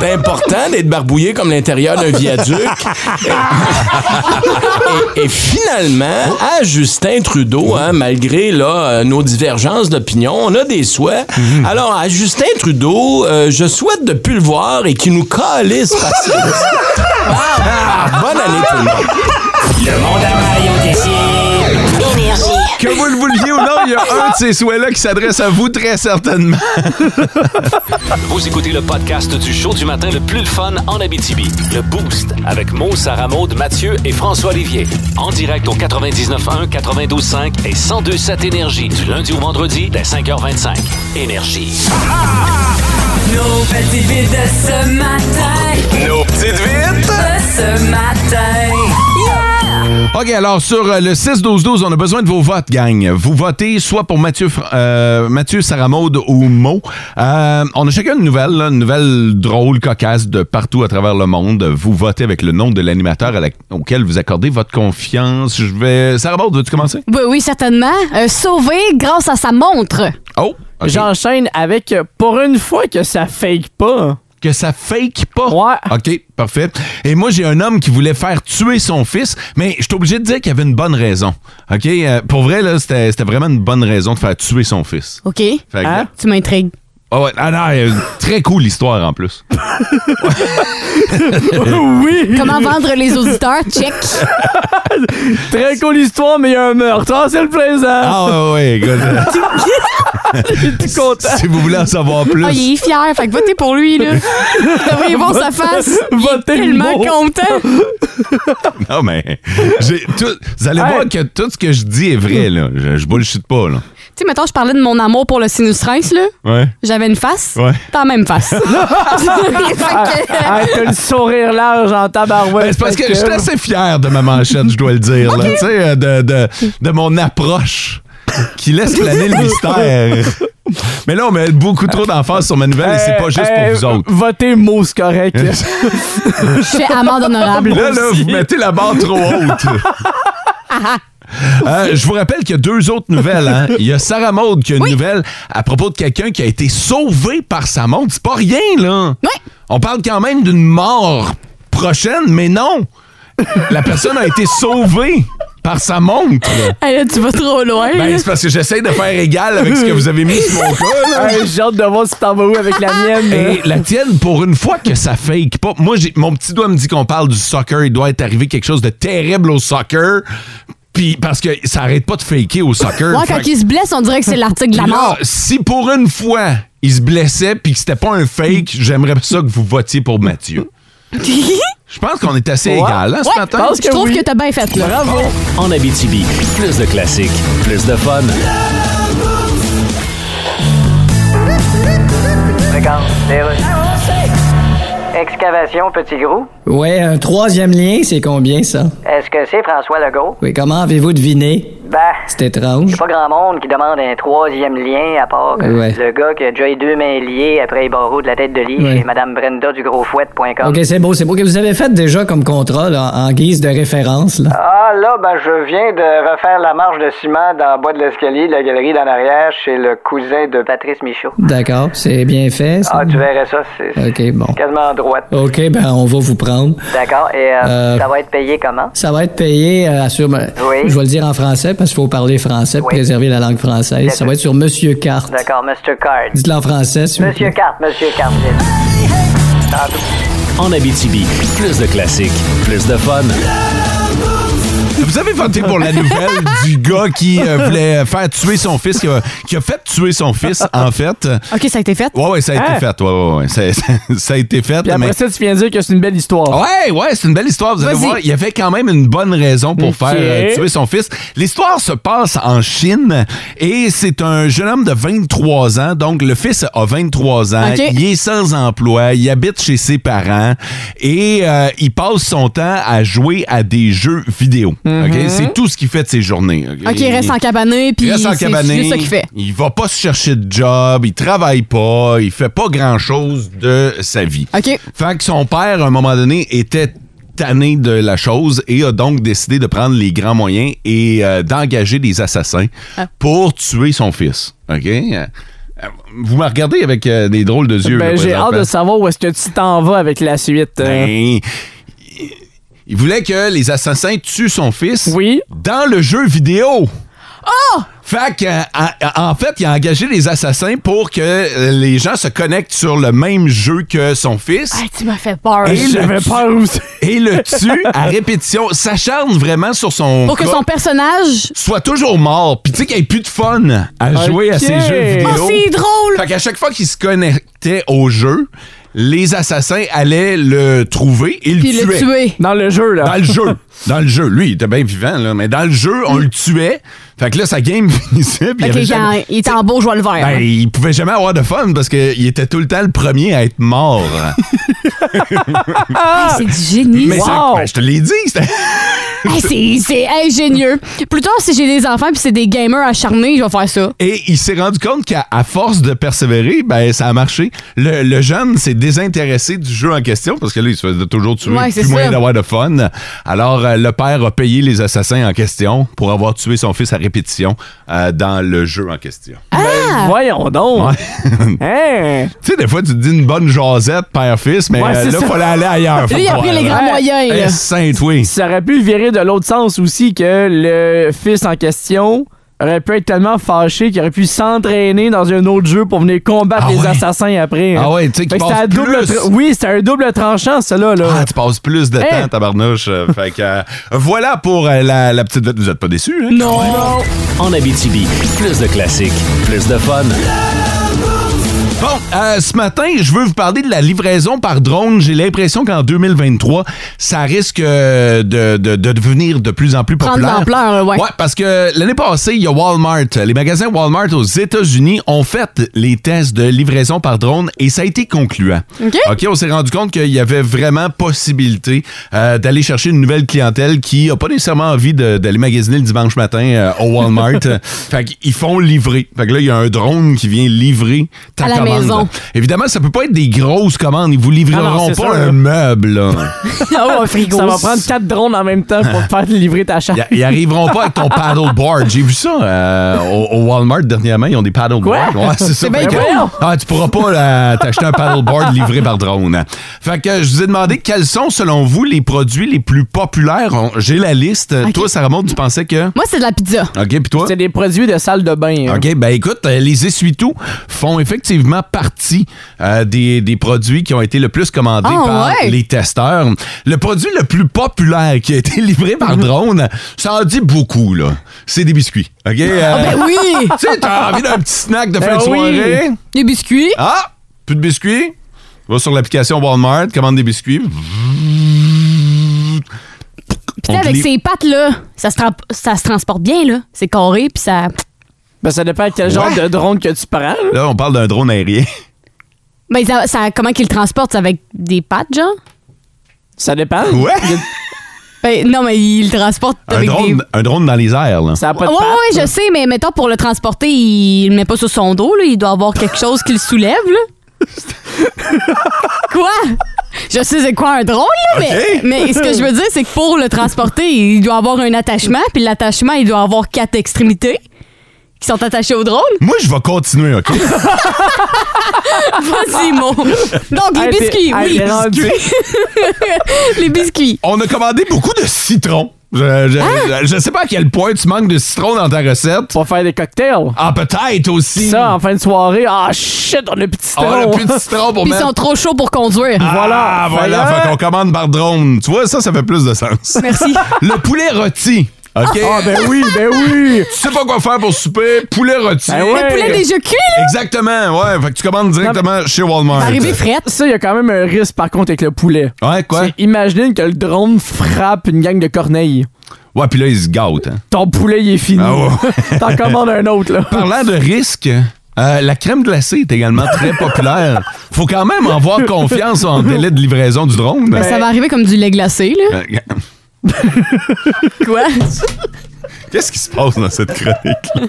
S8: C'est important d'être barbouillé comme l'intérieur d'un viaduc. Et, et finalement, à Justin Trudeau, hein, malgré là, euh, nos divergences d'opinion, on a des souhaits. Alors, à Justin Trudeau, euh, je souhaite de plus le voir et qu'il nous calisse patience. Ah, bonne année tout le monde.
S2: Le monde à Mario Tessier.
S3: Que vous le vouliez ou non, il y a un de ces souhaits-là qui s'adresse à vous très certainement.
S2: Vous écoutez le podcast du show du matin le plus le fun en Abitibi. Le Boost avec Mo, Sarah Maud, Mathieu et François Olivier. En direct au 99.1, 92.5 et 102.7 Énergie du lundi au vendredi dès 5h25. Énergie.
S11: Nos petites vites de ce matin.
S2: Nos petites vites.
S11: De ce matin.
S3: OK, alors sur euh, le 6-12-12, on a besoin de vos votes, gang. Vous votez soit pour Mathieu, Fr- euh, Mathieu Saramaud ou Mo. Euh, on a chacun une nouvelle, là, une nouvelle drôle, cocasse de partout à travers le monde. Vous votez avec le nom de l'animateur à la- auquel vous accordez votre confiance. Je vais... Sarah Maud, veux-tu commencer?
S5: Oui, Ben oui, certainement. Euh, sauvé grâce à sa montre.
S3: Oh! ok.
S4: J'enchaîne avec euh, pour une fois que ça fake pas.
S3: que ça fake pas. OK, parfait. Et moi, j'ai un homme qui voulait faire tuer son fils, mais je suis obligé de dire qu'il y avait une bonne raison. OK? Euh, pour vrai, là, c'était c'était vraiment une bonne raison de faire tuer son fils.
S5: OK.
S3: que-
S5: Hein? Tu m'intrigues.
S3: Ah ouais, ah non, euh, très cool l'histoire en plus.
S4: oui!
S5: Comment vendre les auditeurs? Check.
S4: Très cool histoire, mais il y a un meurtre. Ah, c'est le plaisant!
S3: Ah ouais, ouais, écoute.
S4: J'étais content.
S3: Si vous voulez en savoir plus.
S5: Ah, il est fier. Fait que votez pour lui, là. Vous devriez voir sa face. Il est
S4: Votez le
S5: tellement
S4: mot.
S5: content.
S3: Non, mais. j'ai tout- vous allez voir que tout ce que je dis est vrai, là. Je, je bullshit pas, là.
S5: Tu sais, mettons, je parlais de mon amour pour le sinus rince, là.
S3: Ouais.
S5: J'avais une face.
S3: Ouais.
S5: T'as la même face.
S4: Ah, t'as le sourire large en tabarouette.
S3: Ben, C'est parce que
S4: Fait
S3: je suis assez fier de ma manchette, je dois le dire, là. Tu sais, euh, de, de, de mon approche qui laisse planer le mystère. Mais là, on met beaucoup trop d'emphase sur ma nouvelle et c'est pas juste pour
S4: Eh,
S3: vous autres.
S4: Votez mousse correct.
S5: Je fais amende honorable.
S3: Ah, Là, là, vous mettez la barre trop haute. Euh, je vous rappelle qu'il y a deux autres nouvelles. hein. Il y a Sarah Maud qui a une nouvelle à propos de quelqu'un qui a été sauvé par sa montre. C'est pas rien, là. On parle quand même d'une mort prochaine, mais non. La personne a été sauvée par sa montre.
S5: Hey, là, tu vas trop loin.
S3: Ben,
S5: là.
S3: c'est parce que j'essaie de faire égal avec ce que vous avez mis sur mon cas, là.
S4: Hey, J'ai hâte de voir si t'en vas où avec la mienne.
S3: Et la tienne, pour une fois que ça fake pas. Moi, j'ai, mon petit doigt me dit qu'on parle du soccer. Il doit être arrivé quelque chose de terrible au soccer. Puis parce que ça arrête pas de faker au soccer.
S5: Ouais,
S3: Fait
S5: quand
S3: que-
S5: il se blesse, on dirait que c'est l'article de la
S3: Puis là,
S5: mort.
S3: si pour une fois, il se blessait puis que c'était pas un fake, j'aimerais ça que vous votiez pour Mathieu. Je pense qu'on est assez
S2: Ouais.
S3: égal, hein, ce
S5: Ouais,
S3: matin.
S5: je trouve que t'as bien fait, là.
S2: En Abitibi, plus de classiques, plus de fun.
S6: Regarde, les rues. Excavation Petit Gros.
S7: Ouais, hein. un troisième lien, c'est combien ça?
S6: Est-ce que c'est François Legault?
S7: Oui, comment avez-vous deviné?
S6: Ben,
S7: C'est étrange.
S6: c'est pas grand monde qui demande un troisième lien à part que
S7: Ouais.
S6: le gars qui a déjà eu deux mains liées après les barreaux de la tête de lit
S7: Ouais.
S6: chez Madame Brenda du grosfouette.com.
S7: Ok, c'est beau, c'est beau. Que vous avez fait déjà comme contrat, là, en guise de référence, là.
S6: Ah là, ben je viens de refaire la marche de ciment dans le bas de l'escalier de la galerie d'en arrière chez le cousin de Patrice Michaud.
S7: D'accord, c'est bien fait. ça.
S6: Ah, tu verrais ça, c'est c'est
S7: Ok, bon.
S6: quasiment en droite.
S7: Ok, ben, on va vous prendre.
S6: D'accord, et euh,
S7: Euh,
S6: ça va être payé comment?
S7: Ça va être payé, euh, sur- Je vais le dire en français parce qu'il faut parler français pour préserver la langue française. Ça va être sur Monsieur Carte.
S6: D'accord, Mr. Card.
S7: Dites-le en français, s'il vous
S6: Monsieur
S7: plaît.
S6: Card, Monsieur Card.
S2: En Abitibi, plus de classiques, plus de fun.
S3: Vous avez voté pour la nouvelle du gars qui euh, voulait faire tuer son fils, qui a, qui a fait tuer son fils, en fait.
S5: OK, ça a été fait?
S3: Ouais, ouais, ça a
S4: Hein?
S3: été fait. Ouais, ouais, ouais. Ça, ça- ça a été fait.
S4: Puis après
S3: mais-
S4: ça, tu viens dire que c'est une belle histoire.
S3: Ouais, ouais, c'est une belle histoire. Vous allez
S4: Vas-y.
S3: voir, il y avait quand même une bonne raison pour
S4: Ok.
S3: faire euh, tuer son fils. L'histoire se passe en Chine et c'est un jeune homme de 23 ans. Donc, le fils a 23 ans.
S5: Ok.
S3: Il est sans emploi. Il habite chez ses parents et euh, il passe son temps à jouer à des jeux vidéo. Ok? C'est tout ce qu'il fait de ses journées.
S5: Mm-hmm. OK, il reste en cabané, puis
S3: il reste en
S5: c'est
S3: cabané.
S5: juste ça qu'il fait.
S3: Il va pas se chercher de job, il travaille pas, il fait pas grand-chose de sa vie.
S5: OK.
S3: Fait que son père, à un moment donné, était tanné de la chose et a donc décidé de prendre les grands moyens et euh, d'engager des assassins pour tuer son fils. OK? Euh, Vous me regardez avec euh, des drôles de yeux. là,
S4: Ben, j'ai hâte
S3: présentement.
S4: de savoir où est-ce que tu t'en vas avec la suite. euh.
S3: Ben, il- il voulait que les assassins tuent son fils dans le jeu vidéo.
S5: Oh!
S3: Fait que, euh, en en fait, il a engagé les assassins pour que euh, les gens se connectent sur le même jeu que son fils.
S5: Hey, Ah, tu m'as fait peur.
S3: le tue-
S4: aussi.
S3: Et le tue à répétition. S'acharne vraiment sur son.
S5: Pour que
S3: cas,
S5: son personnage...
S3: soit toujours mort. Puis tu sais qu'il n'y ait plus de fun à jouer à
S5: Ok.
S3: ces jeux vidéo.
S5: Oh, c'est drôle!
S3: Fait qu'à chaque fois qu'il se connectait au jeu, les assassins allaient le trouver et le
S5: Puis le
S3: tuaient.
S5: tuer.
S4: Dans le jeu, là.
S3: Dans le jeu. Dans le jeu. Lui, il était bien vivant, là. Mais dans le jeu, on le tuait. Fait que là, sa game finissait. Puis il y
S5: Fait
S3: avait
S5: qu'il
S3: jamais-
S5: est en- il est en beau joie le vert.
S3: ben, il pouvait jamais avoir de fun parce qu'il était tout le temps le premier à être mort.
S5: Hey, c'est du génie.
S3: Mais ça-
S5: Wow.
S3: ben, je te l'ai dit, c'était.
S5: Hey, c'est- c'est ingénieux. Plus tard, si j'ai des enfants puis c'est des gamers acharnés, je vais faire ça.
S3: Et il s'est rendu compte qu'à à force de persévérer, ben ça a marché. Le, le jeune s'est désintéressé du jeu en question parce que là, il se faisait toujours tuer,
S5: Ouais, c'est
S3: plus moyen
S5: ça.
S3: d'avoir de fun. Alors, euh, euh, le père a payé les assassins en question pour avoir tué son fils à répétition euh, dans le jeu en question.
S4: Ah! Voyons Hein? donc.
S3: Tu sais, des fois, tu te dis une bonne jasette père-fils, mais
S4: Ouais,
S3: euh,
S4: c'est
S3: là,
S4: ça.
S3: il fallait aller ailleurs.
S4: Lui, il a pris les grands moyens, là.
S3: Saint, oui.
S4: Ça aurait pu virer de l'autre sens aussi que le fils en question aurait pu être tellement fâché qu'il aurait pu s'entraîner dans un autre jeu pour venir combattre les assassins après. hein.
S3: Ah ouais, tu sais, qu'il
S4: Fait que
S3: passe
S4: c'était à double
S3: plus.
S4: tra- Oui, c'est un double tranchant, cela. Là.
S3: Ah, tu passes plus de
S5: Eh.
S4: Hey.
S3: temps, tabarnouche. Euh, fait que, euh, voilà pour euh, la, la petite bête. Vous êtes pas déçus, hein?
S2: Non. En Abitibi, plus de classiques, plus de fun.
S3: Bon, euh, ce matin, je veux vous parler de la livraison par drone. J'ai l'impression qu'en 2023, ça risque euh, de, de- de devenir de plus en plus
S5: Prendre de
S3: populaire.
S5: l'ampleur, ouais.
S3: parce que l'année passée, il y a Walmart. Les magasins Walmart aux États-Unis ont fait les tests de livraison par drone et ça a été concluant.
S5: OK.
S3: OK, on s'est rendu compte qu'il y avait vraiment possibilité euh, d'aller chercher une nouvelle clientèle qui n'a pas nécessairement envie de- d'aller magasiner le dimanche matin euh, au Walmart. fait qu'ils font livrer. Fait que là, il y a un drone qui vient livrer ta
S5: À la
S3: commande.
S5: maison.
S3: Évidemment, ça peut pas être des grosses commandes. Ils vous
S4: Ah non,
S3: livreront
S4: c'est
S3: pas
S4: ça,
S3: un
S4: là.
S3: meuble. là.
S4: Ah ouais, Ça va prendre quatre drones en même temps pour te faire livrer ta chatte.
S3: Ils arriveront pas avec ton paddleboard. J'ai vu ça euh, au, au Walmart dernièrement. Ils ont des paddleboards.
S4: Quoi?
S3: Ouais, c'est ça.
S4: C'est bien
S3: Fait que-
S4: cool.
S3: Ah, tu pourras pas là, t'acheter un paddleboard livré par drone. Fait que je vous ai demandé quels sont, selon vous, les produits les plus populaires. On- J'ai la liste. Toi, Sarah Maud, tu pensais que...
S5: Moi, c'est de la pizza.
S3: OK, puis toi?
S4: C'est des produits de salle de bain. hein.
S3: OK, ben écoute, euh, les essuie-tout font effectivement partie euh, des, des produits qui ont été le plus commandés
S5: Ah,
S3: par
S5: ouais?
S3: les testeurs. Le produit le plus populaire qui a été livré par
S5: Mhm.
S3: drone, ça en dit beaucoup, là. C'est des biscuits. OK? euh,
S5: Ah ben oui!
S3: Tu sais, t'as envie d'un petit snack de fin
S4: Ben
S3: de
S4: oui.
S3: soirée.
S5: Des biscuits.
S3: Ah! Plus de biscuits? Va sur l'application Walmart, commande des biscuits.
S5: Puis
S3: On
S5: avec
S3: te
S5: ces pattes là, ça se, tra- ça se transporte bien là. C'est carré puis ça.
S4: Ben, ça dépend quel genre
S3: Ouais.
S4: de drone que tu prends. là.
S3: Là, on parle d'un drone aérien.
S5: Mais ça, ça- comment qu'ils le transportent C'est avec des pattes genre
S4: Ça dépend.
S3: Ouais!
S5: Ben, non mais ils le transportent
S3: Un
S5: avec
S3: drone,
S5: des.
S3: un drone dans les airs, là.
S4: Ça a pas de
S5: Ouais,
S4: pattes,
S5: ouais,
S4: là.
S5: je sais, mais mettons pour le transporter, il le met pas sur son dos, là. Il doit avoir quelque chose qui le soulève, là. quoi? Je sais c'est quoi un drone, là,
S3: Ok.
S5: mais, mais ce que je veux dire, c'est que pour le transporter, il doit avoir un attachement, puis l'attachement, il doit avoir quatre extrémités qui sont attachées au drone.
S3: Moi, je vais continuer, OK?
S5: Vas-y, mon. Donc, les
S4: Hey, t'es-
S5: biscuits,
S4: hey,
S5: oui.
S4: t'es rendu-
S5: les biscuits. Hein?
S3: On a commandé beaucoup de citron. Je, je, je sais pas à quel point tu manques de citron dans ta recette.
S4: Pour faire des cocktails.
S3: Ah, peut-être aussi. Ah,
S4: Ça, en fin de soirée, ah shit, on a plus de citron.
S3: on a plus de citron pour
S5: Puis ils
S3: mettre.
S5: sont trop chauds pour conduire.
S3: Voilà,
S4: Voilà,
S3: Ah, voilà.
S4: voilà.
S3: Fait qu'on commande par drone. Tu vois, ça, ça fait plus de sens.
S5: Merci.
S3: Le poulet rôti. OK?
S4: Ah, ben oui, ben oui.
S3: Tu sais pas quoi faire pour souper, poulet rôti.
S4: Ben ouais.
S5: Le poulet déjà cuit, là.
S3: Exactement, ouais. Fait que tu commandes directement chez Walmart.
S5: Arrivé frette.
S4: Ça, il y a quand même un risque, par contre, avec le poulet.
S3: Ouais, quoi?
S4: C'est- Imagine que le drone frappe une gang de corneilles.
S3: Ouais, puis là, ils se gâtent. hein.
S4: Ton poulet, il est fini.
S3: Ah ouais.
S4: T'en commandes un autre, là.
S3: Parlant de risque, euh, la crème glacée est également très populaire. Faut quand même en avoir confiance en délai de livraison du drone.
S5: Ben, ça va arriver comme du lait glacé, là.
S3: Euh,
S5: Quoi?
S3: Qu'est-ce qui se passe dans cette chronique-là?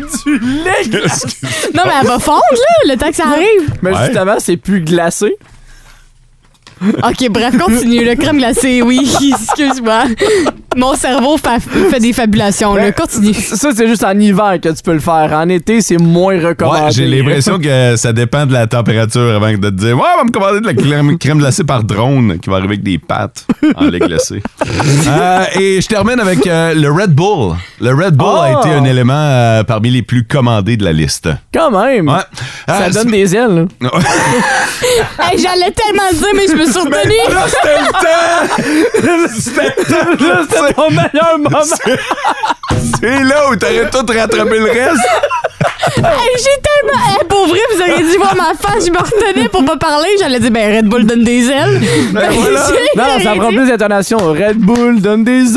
S3: Qu'est-ce qui-
S5: Non, mais elle va fondre, là, le temps que ça arrive.
S4: Mais
S3: Ouais.
S4: justement, c'est plus glacé.
S5: OK, bref, continue. Le crème glacée, oui, excuse-moi. Mon cerveau fa- fait des fabulations, là. Continue.
S4: Ça, c'est juste en hiver que tu peux le faire. En été, c'est moins recommandé.
S3: Ouais, j'ai l'impression que ça dépend de la température avant que de te dire Ouais, on va me commander de la crème, crème glacée par drone qui va arriver avec des pâtes en lait glacé. Euh, et je termine avec euh, le Red Bull. Le Red Bull a
S4: Oh!
S3: été un élément euh, parmi les plus commandés de la liste.
S4: Quand même.
S3: Ouais.
S4: Ça
S3: Euh,
S4: donne des ailes. là.
S5: Hey, J'allais tellement le dire, mais je me suis retenue.
S3: Là, c'était le temps! C'était le temps! là,
S4: C'est ton meilleur moment.
S3: C'est là où t'aurais tout rattrapé le reste!
S5: Hey, J'ai tellement... Hey, pour vrai, vous auriez dû voir ma face. Je me retenais pour pas parler. J'allais dire, ben, Red Bull donne des ailes. Ben,
S3: voilà.
S5: j'ai-
S4: Non, non, ça
S5: j'ai
S4: prend
S5: dit-
S4: plus d'intonation. Red Bull donne des ailes.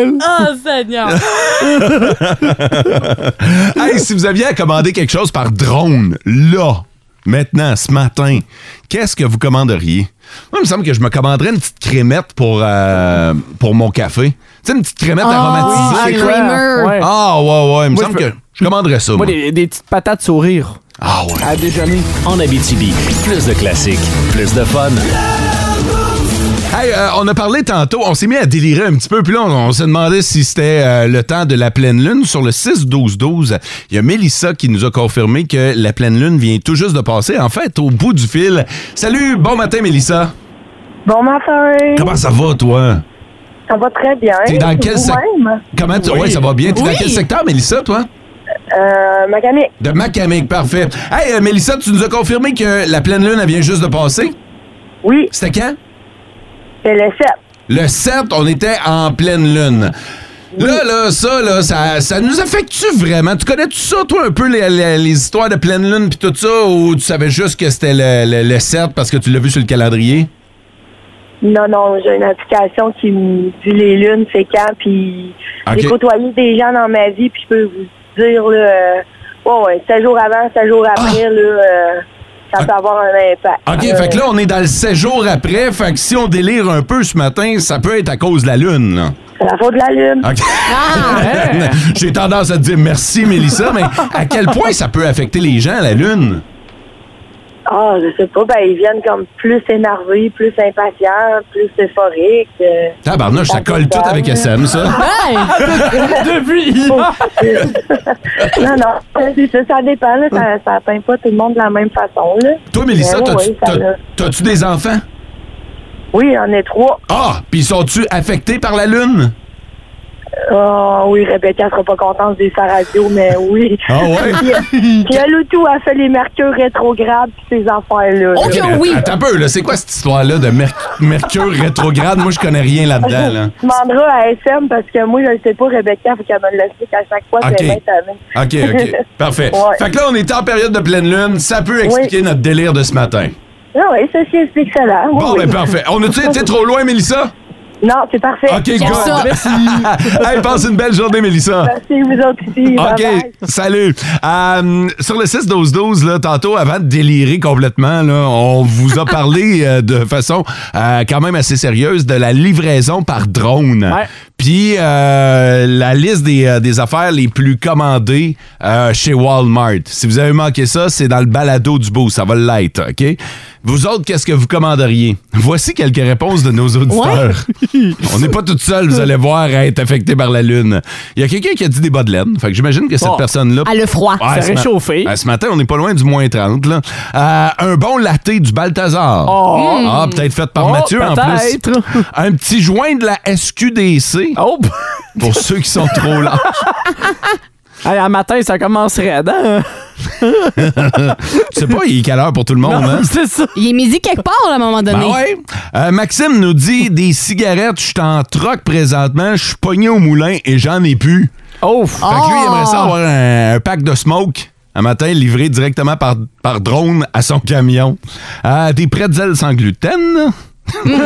S5: Oh, Seigneur.
S3: Hey, si vous aviez à commander quelque chose par drone, là, maintenant, ce matin, qu'est-ce que vous commanderiez? Moi, il me semble que je me commanderais une petite crémette pour, euh, pour mon café. Tu sais, une petite crémette
S5: Ah,
S3: aromatisée.
S5: oui,
S3: là.
S5: Kramer.
S4: Ouais.
S3: Ah, ouais, ouais. Il me
S4: Moi,
S3: semble
S4: je-
S3: que je commanderais ça.
S4: Moi,
S3: Moi,
S4: des, des petites patates sourire
S3: Ah, ouais.
S4: à déjeuner.
S2: En Abitibi, plus de classiques, plus de fun.
S3: Hey, euh, on a parlé tantôt, on s'est mis à délirer un petit peu, puis là, on, on s'est demandé si c'était euh, le temps de la pleine lune. Sur le 6-12-12, il y a Mélissa qui nous a confirmé que la pleine lune vient tout juste de passer. En fait, au bout du fil. Salut, bon matin, Mélissa.
S12: Bon matin.
S3: Comment ça va, toi?
S12: Ça va très bien.
S3: T'es dans quel sec-
S12: Vous-même?
S3: Comment tu... Ouais, ça va bien. T'es
S12: Oui.
S3: dans quel secteur, Mélissa, toi?
S12: Euh, mécanique.
S3: De Macamic, parfait. Hey, euh, Mélissa, tu nous as confirmé que la pleine lune, elle vient juste de passer?
S12: Oui.
S3: C'était quand?
S12: C'est le 7.
S3: Le 7, on était en pleine lune. Là, là, ça, là, ça, ça nous affecte-tu vraiment? Tu connais-tu ça, toi, un peu, les, les- les histoires de pleine lune puis tout ça, ou tu savais juste que c'était le, le- le 7 parce que tu l'as vu sur le calendrier?
S12: Non, non, j'ai une application qui me dit les lunes, c'est quand, puis
S3: Ok.
S12: j'ai côtoyé des gens dans ma vie, puis je peux vous dire, là, euh, ouais, ouais, 7 jours avant, 7
S3: Ah!
S12: jours après, là, euh, ça peut avoir un impact.
S3: OK,
S12: Euh,
S3: fait que là, on est dans le 7 jours après, fait que si on délire un peu ce matin, ça peut être à cause de la lune, là.
S12: C'est la faute de la lune.
S3: OK. J'ai tendance à te dire merci, Mélissa, mais à quel point ça peut affecter les gens, la lune?
S12: Ah, je sais pas, ben, ils viennent comme plus énervés, plus impatients, plus euphoriques. euh,
S3: Tabarnouche, ça colle tout avec SM,
S4: Ben!
S3: ça.
S12: Depuis Non, non, c'est ça, ça dépend, là, ça, ça atteint pas tout le monde de la même façon, là.
S3: Toi, Mélissa,
S12: Mais Ben oui,
S3: t'as-tu
S12: oui, ça l'a-
S3: t'as- t'as-tu des enfants?
S12: Oui, j'en ai trois.
S3: Ah, puis sont-tu affectés par la lune?
S12: Ah oui, Rebecca sera pas contente de sa radio, mais oui.
S3: Ah ouais?
S12: Puis, puis le Loutou a fait les mercures rétrogrades puis ces affaires-là. là.
S3: Mais att- Attends un peu, là, c'est quoi cette histoire-là de Mer- Mercure rétrograde? Moi, je connais rien là-dedans, là.
S12: Tu demanderas à SM parce que moi, je le sais pas, Rebecca, faut qu'elle me l'explique à chaque fois.
S3: OK.
S12: c'est bien ta main.
S3: OK, OK. Parfait.
S12: Ouais.
S3: Fait que là, on est en période de pleine lune. Ça peut expliquer notre délire de ce matin.
S12: Ah oui, ça, c'est excellent. Oui,
S3: Bon,
S12: oui.
S3: ben parfait. On a-tu été trop loin, Mélissa?
S12: Non, c'est parfait.
S3: OK, good.
S12: Merci.
S3: hey, passe une belle journée, Mélissa.
S12: Merci, vous autres aussi.
S3: OK,
S12: Bye-bye.
S3: salut. Euh, sur le 6-12-12, là, tantôt, avant de délirer complètement, là, on vous a parlé euh, de façon euh, quand même assez sérieuse de la livraison par drone. Puis euh, la liste des, euh, des affaires les plus commandées euh, chez Walmart. Si vous avez manqué ça, c'est dans le balado du beau. Ça va l'être, OK? Vous autres, qu'est-ce que vous commanderiez? Voici quelques réponses de nos auditeurs. On n'est pas toutes seules, vous allez voir, à être affectées par la lune. Il y a quelqu'un qui a dit des bas de laine. Fait que j'imagine que cette
S4: Oh.
S3: personne-là.
S4: Elle a le froid. Ça
S3: ce ma-
S4: réchauffé.
S3: Ouais, ce matin, on n'est pas loin du moins 30. Là. Euh, un bon latte du Balthazar.
S4: Oh.
S3: Ah, peut-être fait par
S4: Oh,
S3: Mathieu en plus.
S4: peut-être. Oh.
S3: Un petit joint de la SQDC. Pour ceux qui sont trop là.
S4: Hey, à matin, ça commence raide, hein?
S3: tu sais pas, il est quelle heure pour tout le monde, hein?
S5: Il est midi quelque part là, à un moment donné.
S3: Ben ouais. Euh, Maxime nous dit des cigarettes, je suis en troc présentement, je suis pogné au moulin et j'en ai plus.
S4: Oh!
S3: Fait que lui, il aimerait ça avoir un, un pack de smoke un matin livré directement par, par drone à son camion. Euh, des pretzels sans gluten.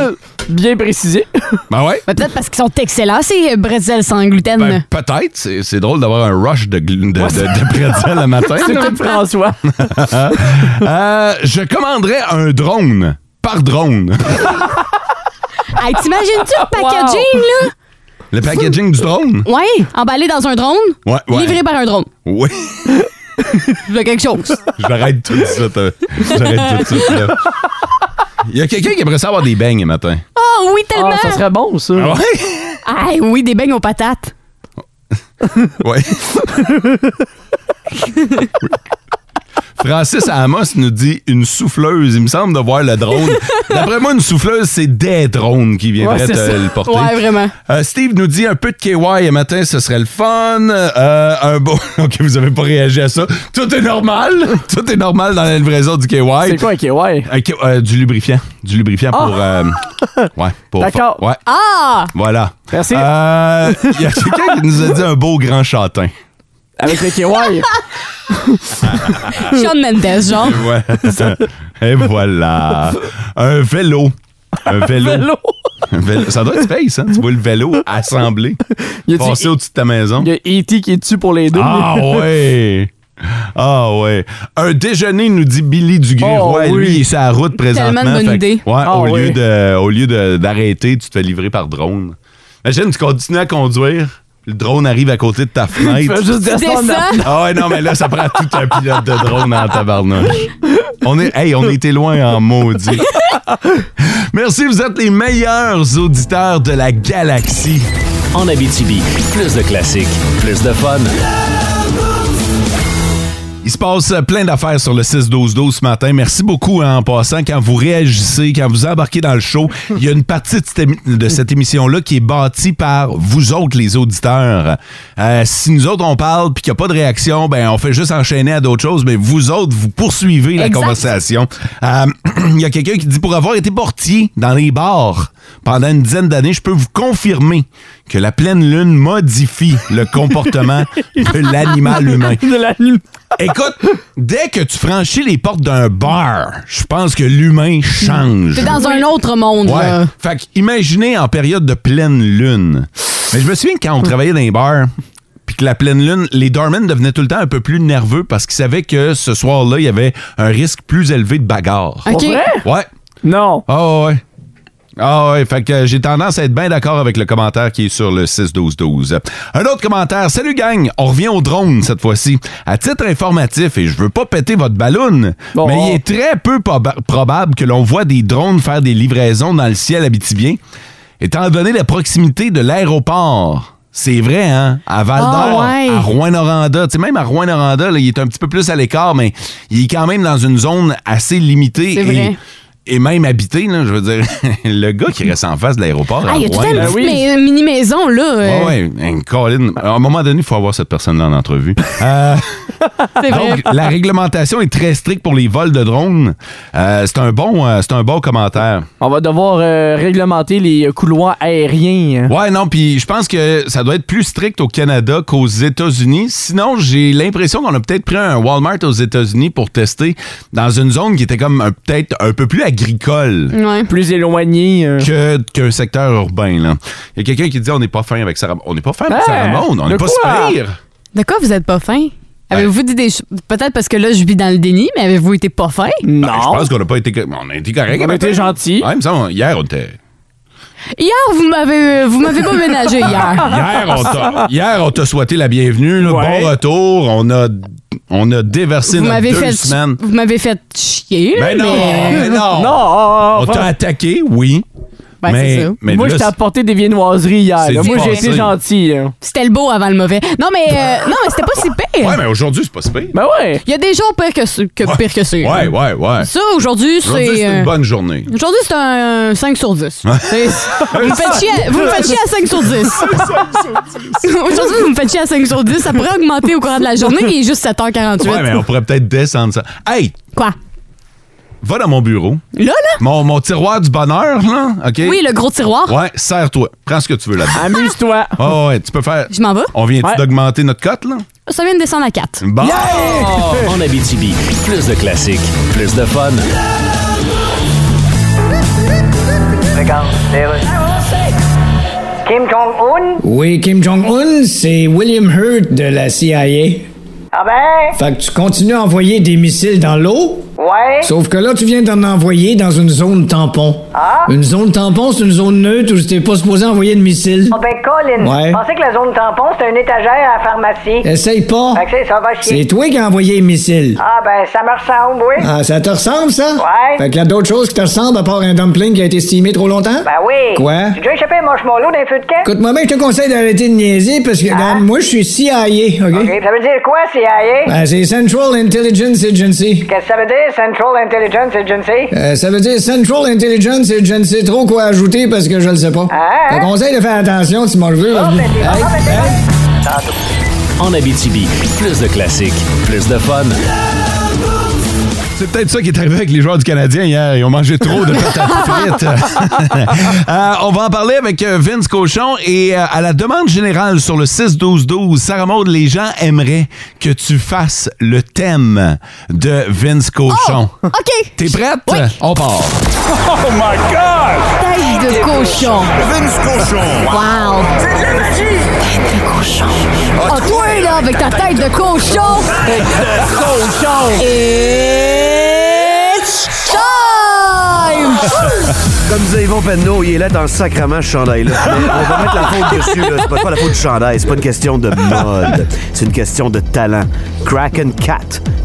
S4: Bien précisé.
S3: Ben ouais.
S5: Ben, Peut-être parce qu'ils sont excellents, ces bretzels sans gluten.
S3: Ben, peut-être. C'est, c'est drôle d'avoir un rush de, glu- de,
S5: Ouais,
S3: de-
S5: c'est-
S3: de pretzels le matin.
S5: C'est tout
S4: François.
S3: Euh, je commanderais un drone par drone.
S5: Hey, T'imagines-tu le packaging,
S3: Le packaging du drone?
S5: là? Ouais, emballé dans un drone,
S3: Hmm. Ouais, ouais.
S5: livré par un drone.
S3: Oui.
S5: C'est quelque chose.
S3: J'arrête tout de suite. hein. J'arrête tout de suite. là. Il y a quelqu'un qui aimerait ça avoir des beignes le matin.
S5: Oh oui, tellement!
S4: ça serait bon, ça.
S3: Ah ouais?
S5: Hey, oui, des beignes aux patates.
S3: Ouais. Francis Amos nous dit une souffleuse. Il me semble de voir le drone. D'après moi, une souffleuse, c'est des drones qui viendraient
S5: Ouais, c'est
S3: te
S5: ça.
S3: le porter.
S5: Ouais, vraiment.
S3: Euh, Steve nous dit un peu de KY le matin, ce serait le fun. Euh, un beau. OK, vous avez pas réagi à ça. Tout est normal. Tout est normal dans la livraison du KY.
S4: C'est quoi un KY?
S3: Un K- euh, du lubrifiant. Du lubrifiant pour. euh, ouais, pour.
S4: D'accord.
S3: Ouais.
S5: Ah!
S3: Voilà.
S4: Merci.
S3: Euh, Il y a quelqu'un qui nous a dit un beau grand châtain.
S4: Avec le KY.
S5: Sean Mendes, genre.
S3: Ouais. Et voilà. Un vélo. Un vélo.
S4: vélo.
S3: Un vélo. Ça doit être space, hein? Tu vois le vélo assemblé,
S4: Y a-tu-
S3: passé au-dessus de ta maison.
S4: Il y a E.T. qui est dessus pour les deux.
S3: Ah ouais! Ah ouais. Un déjeuner, nous dit Billy Dugré-Roy.
S4: Oh, oui.
S3: Lui, il est sur la route présentement.
S4: Tellement de bonne
S3: Fait que,
S4: idée.
S3: Ouais,
S4: Ah,
S3: au,
S4: oui.
S3: lieu de, au lieu de- d'arrêter, tu te fais livrer par drone. Imagine, tu continues à conduire, Le drone arrive à côté de ta fenêtre.
S4: fais juste Tu descendre la descends? fenêtre.
S3: Ah ouais, non, mais là, ça prend tout un pilote de drone en tabarnouche. On est, hey, on était loin en maudit. Merci, vous êtes les meilleurs auditeurs de la galaxie.
S2: En Abitibi, plus de classiques, plus de fun.
S3: Il se passe euh, plein d'affaires sur le 6-12-12 ce matin. Merci beaucoup hein, en passant. Quand vous réagissez, quand vous embarquez dans le show, il y a une partie de cette, émi- de cette émission-là qui est bâtie par vous autres, les auditeurs. Euh, si nous autres, on parle puis qu'il n'y a pas de réaction, ben on fait juste enchaîner à d'autres choses, mais vous autres, vous poursuivez la
S13: Exact.
S3: conversation. Euh, Il y a quelqu'un qui dit, pour avoir été portier dans les bars pendant une dizaine d'années, je peux vous confirmer que la pleine lune modifie le comportement de l'animal humain. Écoute, dès que tu franchis les portes d'un bar, je pense que l'humain change.
S5: T'es dans un autre monde,
S3: Ouais.
S5: là.
S3: Fait que imaginez en période de pleine lune. Mais je me souviens que quand on travaillait dans les bars, puis que la pleine lune, les doormen devenaient tout le temps un peu plus nerveux parce qu'ils savaient que ce soir-là, il y avait un risque plus élevé de bagarre.
S4: OK. Pour vrai?
S3: Ouais.
S4: Non.
S3: Ah ouais. Ah ouais, fait que j'ai tendance à être bien d'accord avec le commentaire qui est sur le 6-12-12. Un autre commentaire. Salut gang, on revient au drone cette fois-ci. À titre informatif, et je veux pas péter votre ballon, mais il est très peu proba- probable que l'on voit des drones faire des livraisons dans le ciel habitibien, étant donné la proximité de l'aéroport. C'est vrai, hein? À Val
S5: Ah
S3: d'Or,
S5: ouais.
S3: à Rouen-Noranda. Tu sais, même à Rouen-Noranda, là, il est un petit peu plus à l'écart, mais il est quand même dans une zone assez limitée.
S5: C'est
S3: et-
S5: vrai.
S3: et même habité, là, je veux dire, le gars qui reste en face de l'aéroport.
S5: Ah, il y a
S3: à
S5: toute
S3: Rouen,
S5: une
S3: là.
S5: petite mais- mini-maison, là.
S3: Ouais,
S5: euh,
S3: ouais, hein, Colin, à un moment donné, il faut avoir cette personne-là en entrevue. Euh,
S5: C'est vrai.
S3: donc, la réglementation est très stricte pour les vols de drones. Euh, c'est un bon, euh, c'est un bon commentaire.
S4: On va devoir euh, réglementer les couloirs aériens.
S3: Ouais, non, puis je pense que ça doit être plus strict au Canada qu'aux États-Unis. Sinon, j'ai l'impression qu'on a peut-être pris un Walmart aux États-Unis pour tester dans une zone qui était comme un- peut-être un peu plus agricole.
S4: Plus éloigné. euh.
S3: que qu'un secteur urbain. là. Il y a quelqu'un qui dit on n'est pas fin avec Sarah On n'est pas fin avec
S5: Hey,
S3: Sarah Maud, on
S5: de
S3: n'est pas
S5: quoi?
S3: super.
S5: De quoi vous êtes pas fin? Avez-vous dit des choses? Peut-être parce que là, je vis dans le déni, mais avez-vous été pas fin?
S3: Ben, je pense qu'on n'a pas été, co- on a été correct.
S4: On a été
S3: gentil. Ouais, il me semble, hier, on était.
S5: Hier, vous m'avez, euh, vous m'avez pas ménagé
S3: Hier, on t'a, hier, on t'a souhaité la bienvenue. là. Bon retour. On a, on a déversé
S5: Vous
S3: notre
S5: m'avez
S3: deux
S5: fait,
S3: semaines.
S5: vous m'avez fait chier.
S3: Ben non,
S5: mais-
S3: ben non. on t'a attaqué, oui.
S5: Ben,
S3: mais,
S5: c'est ça.
S3: mais
S4: Moi,
S3: là,
S4: je t'ai apporté des viennoiseries hier.
S3: C'est
S4: là. Moi, j'ai
S3: passé.
S4: été gentil. là.
S5: C'était le beau avant le mauvais. Non, mais, euh, non, mais c'était pas si pire.
S3: Ouais, mais aujourd'hui, c'est pas si pire.
S4: Ben ouais.
S5: Il y a des jours pires que, ce- que, pire que ça.
S3: Ouais, ouais, ouais.
S5: Ça, aujourd'hui,
S3: Aujourd'hui,
S5: c'est,
S3: une
S5: euh,
S3: bonne journée.
S5: Aujourd'hui, c'est un 5 sur 10.
S3: Ouais.
S5: C'est- Vous me faites chier à- vous me faites chier à 5 sur 10. Aujourd'hui, vous me faites chier à 5 sur 10. Ça pourrait augmenter au courant de la journée. Il est juste 7h48.
S3: Ouais, mais on pourrait peut-être descendre ça. Hey!
S5: Quoi?
S3: Va dans mon bureau.
S5: Là, là?
S3: Mon, mon tiroir du bonheur, là, OK?
S5: Oui, le gros tiroir.
S3: Ouais, serre-toi. Prends ce que tu veux là-dedans.
S4: Amuse-toi.
S3: Oh, ouais, tu peux faire.
S5: Je m'en vais.
S3: On vient-tu
S5: Ouais.
S3: d'augmenter notre cote, là?
S5: Ça vient de descendre à 4.
S3: Bon.
S2: Oh, en Abitibi, plus de classiques, plus de fun.
S11: Regarde, les Russes. Kim Jong-un?
S7: Oui, Kim Jong-un, c'est William Hurt de la CIA.
S11: Ah ben?
S7: Fait que tu continues à envoyer des missiles dans l'eau.
S11: Ouais.
S7: Sauf que là, tu viens d'en envoyer dans une zone tampon.
S11: Ah?
S7: Une zone tampon, c'est une zone neutre où tu t'es pas supposé envoyer de missiles.
S11: Ah ben, Colin,
S7: Ouais.
S11: je pensais que la zone tampon, c'était une étagère à la pharmacie.
S7: Essaye pas.
S11: Fait que c'est- ça va chier.
S7: C'est toi qui as envoyé les missiles.
S11: Ah ben, ça me ressemble, oui.
S7: Ah, ça te ressemble, ça?
S11: Ouais.
S7: Fait qu'il y a d'autres choses qui te ressemblent à part un dumpling qui a été estimé trop longtemps?
S11: Ben oui.
S7: Quoi?
S11: J'ai déjà échappé un marshmallow d'un feu de camp.
S7: Écoute-moi bien, je te conseille d'arrêter de niaiser parce que regarde, moi, je suis CIA, OK?
S11: Et ça veut dire quoi, CIA?
S7: Ben, c'est Central Intelligence Agency.
S11: Qu'est-ce que ça veut dire, Central Intelligence Agency?
S7: Euh, ça veut dire Central Intelligence et je ne sais trop quoi ajouter parce que je le sais
S11: Hein,
S7: pas. Je te conseille de faire attention, tu m'en
S11: Ah,
S7: veux. parce que-
S11: ben,
S7: Hey.
S2: En Abitibi, plus de classiques, plus de fun.
S3: C'est peut-être ça qui est arrivé avec les joueurs du Canadien hier. Ils ont mangé trop de patates frites. Euh, on va en parler avec euh, Vince Cochon. Et euh, à la demande générale sur le 6-12-12, Sarah Maud, les gens aimeraient que tu fasses le thème de Vince Cochon.
S5: OK.
S3: T'es prête? On part.
S11: Oh my god!
S5: Tête de cochon.
S11: Vince cochon.
S5: Wow.
S11: C'est de la magie! Tête de cochon.
S5: Ah, toi, là, avec ta tête de cochon.
S11: Tête de cochon.
S5: It's time!
S13: Comme disait Yvon Penneau, il est là dans le sacrement, ce chandail-là. Mais On va mettre la faute dessus, là. C'est pas, pas la faute du chandail, c'est pas une question de mode. C'est une question de talent. Kraken Cat,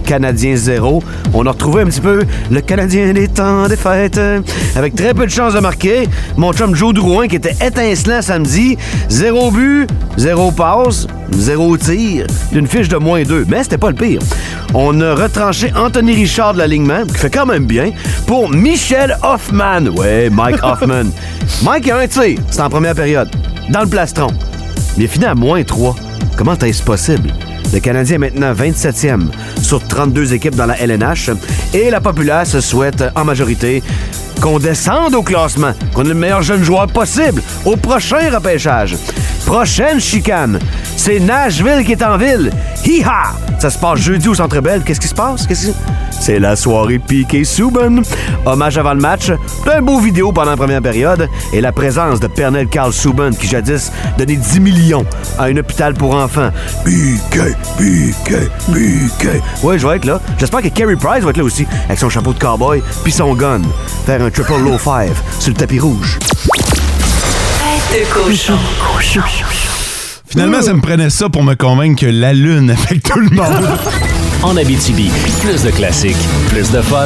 S13: Canadien zéro. On a retrouvé un petit peu le Canadien des temps des fêtes. euh, Avec très peu de chances de marquer, mon chum Joe Drouin, qui était étincelant samedi, zéro but, zéro passe, zéro tir, d'une fiche de moins deux. Mais c'était pas le pire. On a retranché Anthony Richard de l'alignement, qui fait quand même bien, pour Michel Hoffman. Ouais, Mike Hoffman. Mike a un tir, c'est en première période, dans le plastron. Mais il finit à moins 3. Comment est-ce possible? Le Canadien est maintenant 27e sur 32 équipes dans la LNH et la populace souhaite en majorité qu'on descende au classement, qu'on ait le meilleur jeune joueur possible au prochain repêchage. Prochaine chicane, c'est Nashville qui est en ville. Hi-ha! Ça se passe jeudi au Centre Bell. Qu'est-ce qui se passe? Qu'est-ce qui- c'est la soirée piqué Souben. Hommage avant le match, d'un beau vidéo pendant la première période et la présence de Pernel Carl Souben qui jadis donnait 10 millions à un hôpital pour enfants. Piqué, piqué, piqué. Ouais, je vais être là. J'espère que Carey Price va être là aussi avec son chapeau de cowboy puis son gun. Faire un triple low five sur le tapis rouge.
S11: Tête de cochon.
S3: Finalement, ça me prenait ça pour me convaincre que la Lune avec tout le monde.
S2: En Abitibi, plus de classiques, plus de fun.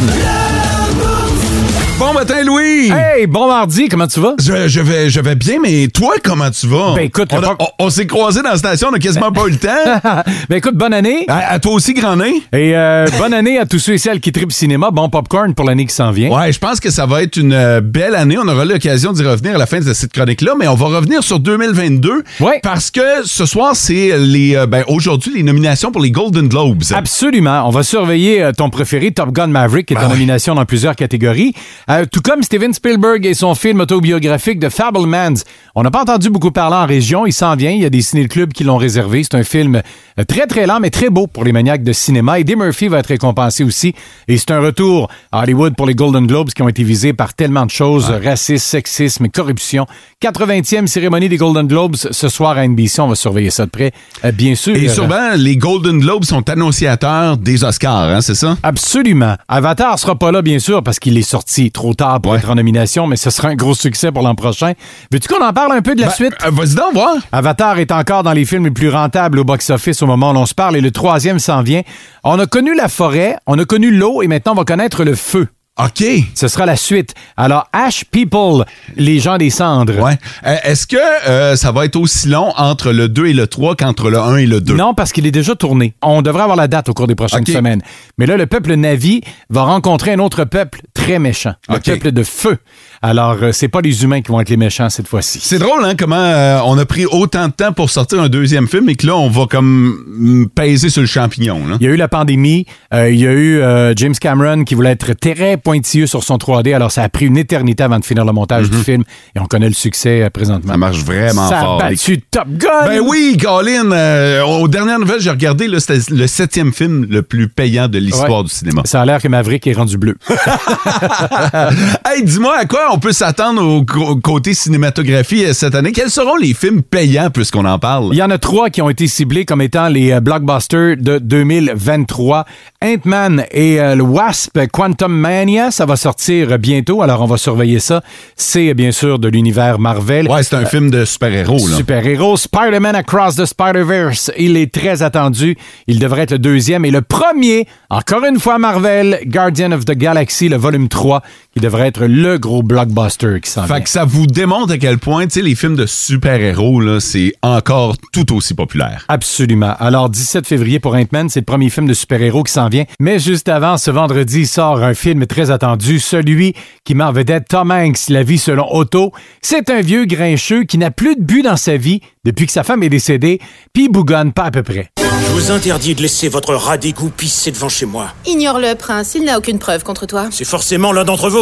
S3: Bon matin, Louis!
S14: Hey, bon mardi, comment tu vas?
S3: Je, je vais, je vais bien, mais toi, comment tu vas?
S14: Ben, écoute,
S3: on,
S14: le
S3: a-
S14: pro-
S3: on- on s'est croisés dans la station, on a quasiment pas eu le temps.
S14: ben écoute, bonne année.
S3: À, à toi aussi, grand nez.
S14: Et euh, bonne année à tous ceux et celles qui tripent cinéma. Bon popcorn pour l'année qui s'en vient.
S3: Ouais, je pense que ça va être une euh, belle année. On aura l'occasion d'y revenir à la fin de cette chronique-là, mais on va revenir sur 2022 parce que ce soir, c'est les euh, ben, aujourd'hui les nominations pour les Golden Globes.
S14: Absolument. On va surveiller euh, ton préféré, Top Gun Maverick,
S3: Ben
S14: qui est en nomination dans plusieurs catégories. Euh, tout comme Steven Spielberg et son film autobiographique de Fablemans. On n'a pas entendu beaucoup parler en région. Il s'en vient. Il y a des ciné-clubs qui l'ont réservé. C'est un film euh, très, très lent, mais très beau pour les maniaques de cinéma. Eddie Murphy va être récompensé aussi. Et c'est un retour à Hollywood pour les Golden Globes qui ont été visés par tellement de choses. Racisme, sexisme et corruption. 80e cérémonie des Golden Globes ce soir à NBC. On va surveiller ça de près, euh, bien sûr.
S3: Et
S14: Euh,
S3: souvent, les Golden Globes sont annonciateurs des Oscars, hein, c'est ça?
S14: Absolument. Avatar sera pas là, bien sûr, parce qu'il est sorti trop tard pour être en nomination, mais ce sera un gros succès pour l'an prochain. Veux-tu qu'on en parle un peu de la suite?
S3: Ben, euh, Vas-y donc, voir.
S14: Avatar est encore dans les films les plus rentables au box-office au moment où l'on se parle, et le troisième s'en vient. On a connu la forêt, on a connu l'eau, et maintenant on va connaître le feu.
S3: OK.
S14: Ce sera la suite. Alors, Ash People, les gens des cendres.
S3: Ouais. Euh, Est-ce que euh, ça va être aussi long entre le 2 et le 3 qu'entre le 1 et le 2?
S14: Non, parce qu'il est déjà tourné. On devrait avoir la date au cours des prochaines
S3: OK.
S14: semaines. Mais là, le peuple Navi va rencontrer un autre peuple très méchant, le peuple de feu. Alors, euh, c'est pas les humains qui vont être les méchants cette fois-ci.
S3: C'est drôle, hein, comment euh, on a pris autant de temps pour sortir un deuxième film et que là, on va comme mm, peser sur le champignon. là.
S14: Il y a eu la pandémie, euh, il y a eu euh, James Cameron qui voulait être très pointilleux sur son 3D, alors ça a pris une éternité avant de finir le montage du film et on connaît le succès euh, présentement. Ça
S3: Mhm. marche vraiment fort.
S14: Ça a battu Top Gun!
S3: Ben oui, Colin, euh, aux dernières nouvelles, j'ai regardé, là, c'était le septième film le plus payant de l'histoire
S14: Ouais.
S3: du cinéma.
S14: Ça a l'air que Maverick est rendu bleu.
S3: hey, dis-moi à quoi on peut s'attendre au co- côté cinématographie euh, cette année. Quels seront les films payants puisqu'on en parle?
S14: Il y en a trois qui ont été ciblés comme étant les euh, blockbusters de 2023. Ant-Man et euh, le Wasp Quantum Mania, ça va sortir euh, bientôt, alors on va surveiller ça. C'est euh, bien sûr de l'univers Marvel. Euh,
S3: Ouais, c'est un film de super-héros. là.
S14: Super-héros. Spider-Man Across the Spider-Verse, il est très attendu. Il devrait être le deuxième et le premier, encore une fois Marvel, Guardian of the Galaxy, le volume 3, qui devrait être le gros blockbuster qui s'en vient.
S3: Fait que ça vous démontre à quel point, tu sais, les films de super-héros, là, c'est encore tout aussi populaire.
S14: Absolument. Alors, 17 février pour Ant-Man, c'est le premier film de super-héros qui s'en vient. Mais juste avant, ce vendredi, sort un film très attendu, celui qui met en vedette Tom Hanks, La vie selon Otto. C'est un vieux grincheux qui n'a plus de but dans sa vie depuis que sa femme est décédée, puis il bougonne pas à peu près.
S15: Je vous interdis de laisser votre rat d'égout pisser devant chez moi.
S16: Ignore le prince, il n'a aucune preuve contre toi.
S15: C'est forcément l'un d'entre vous.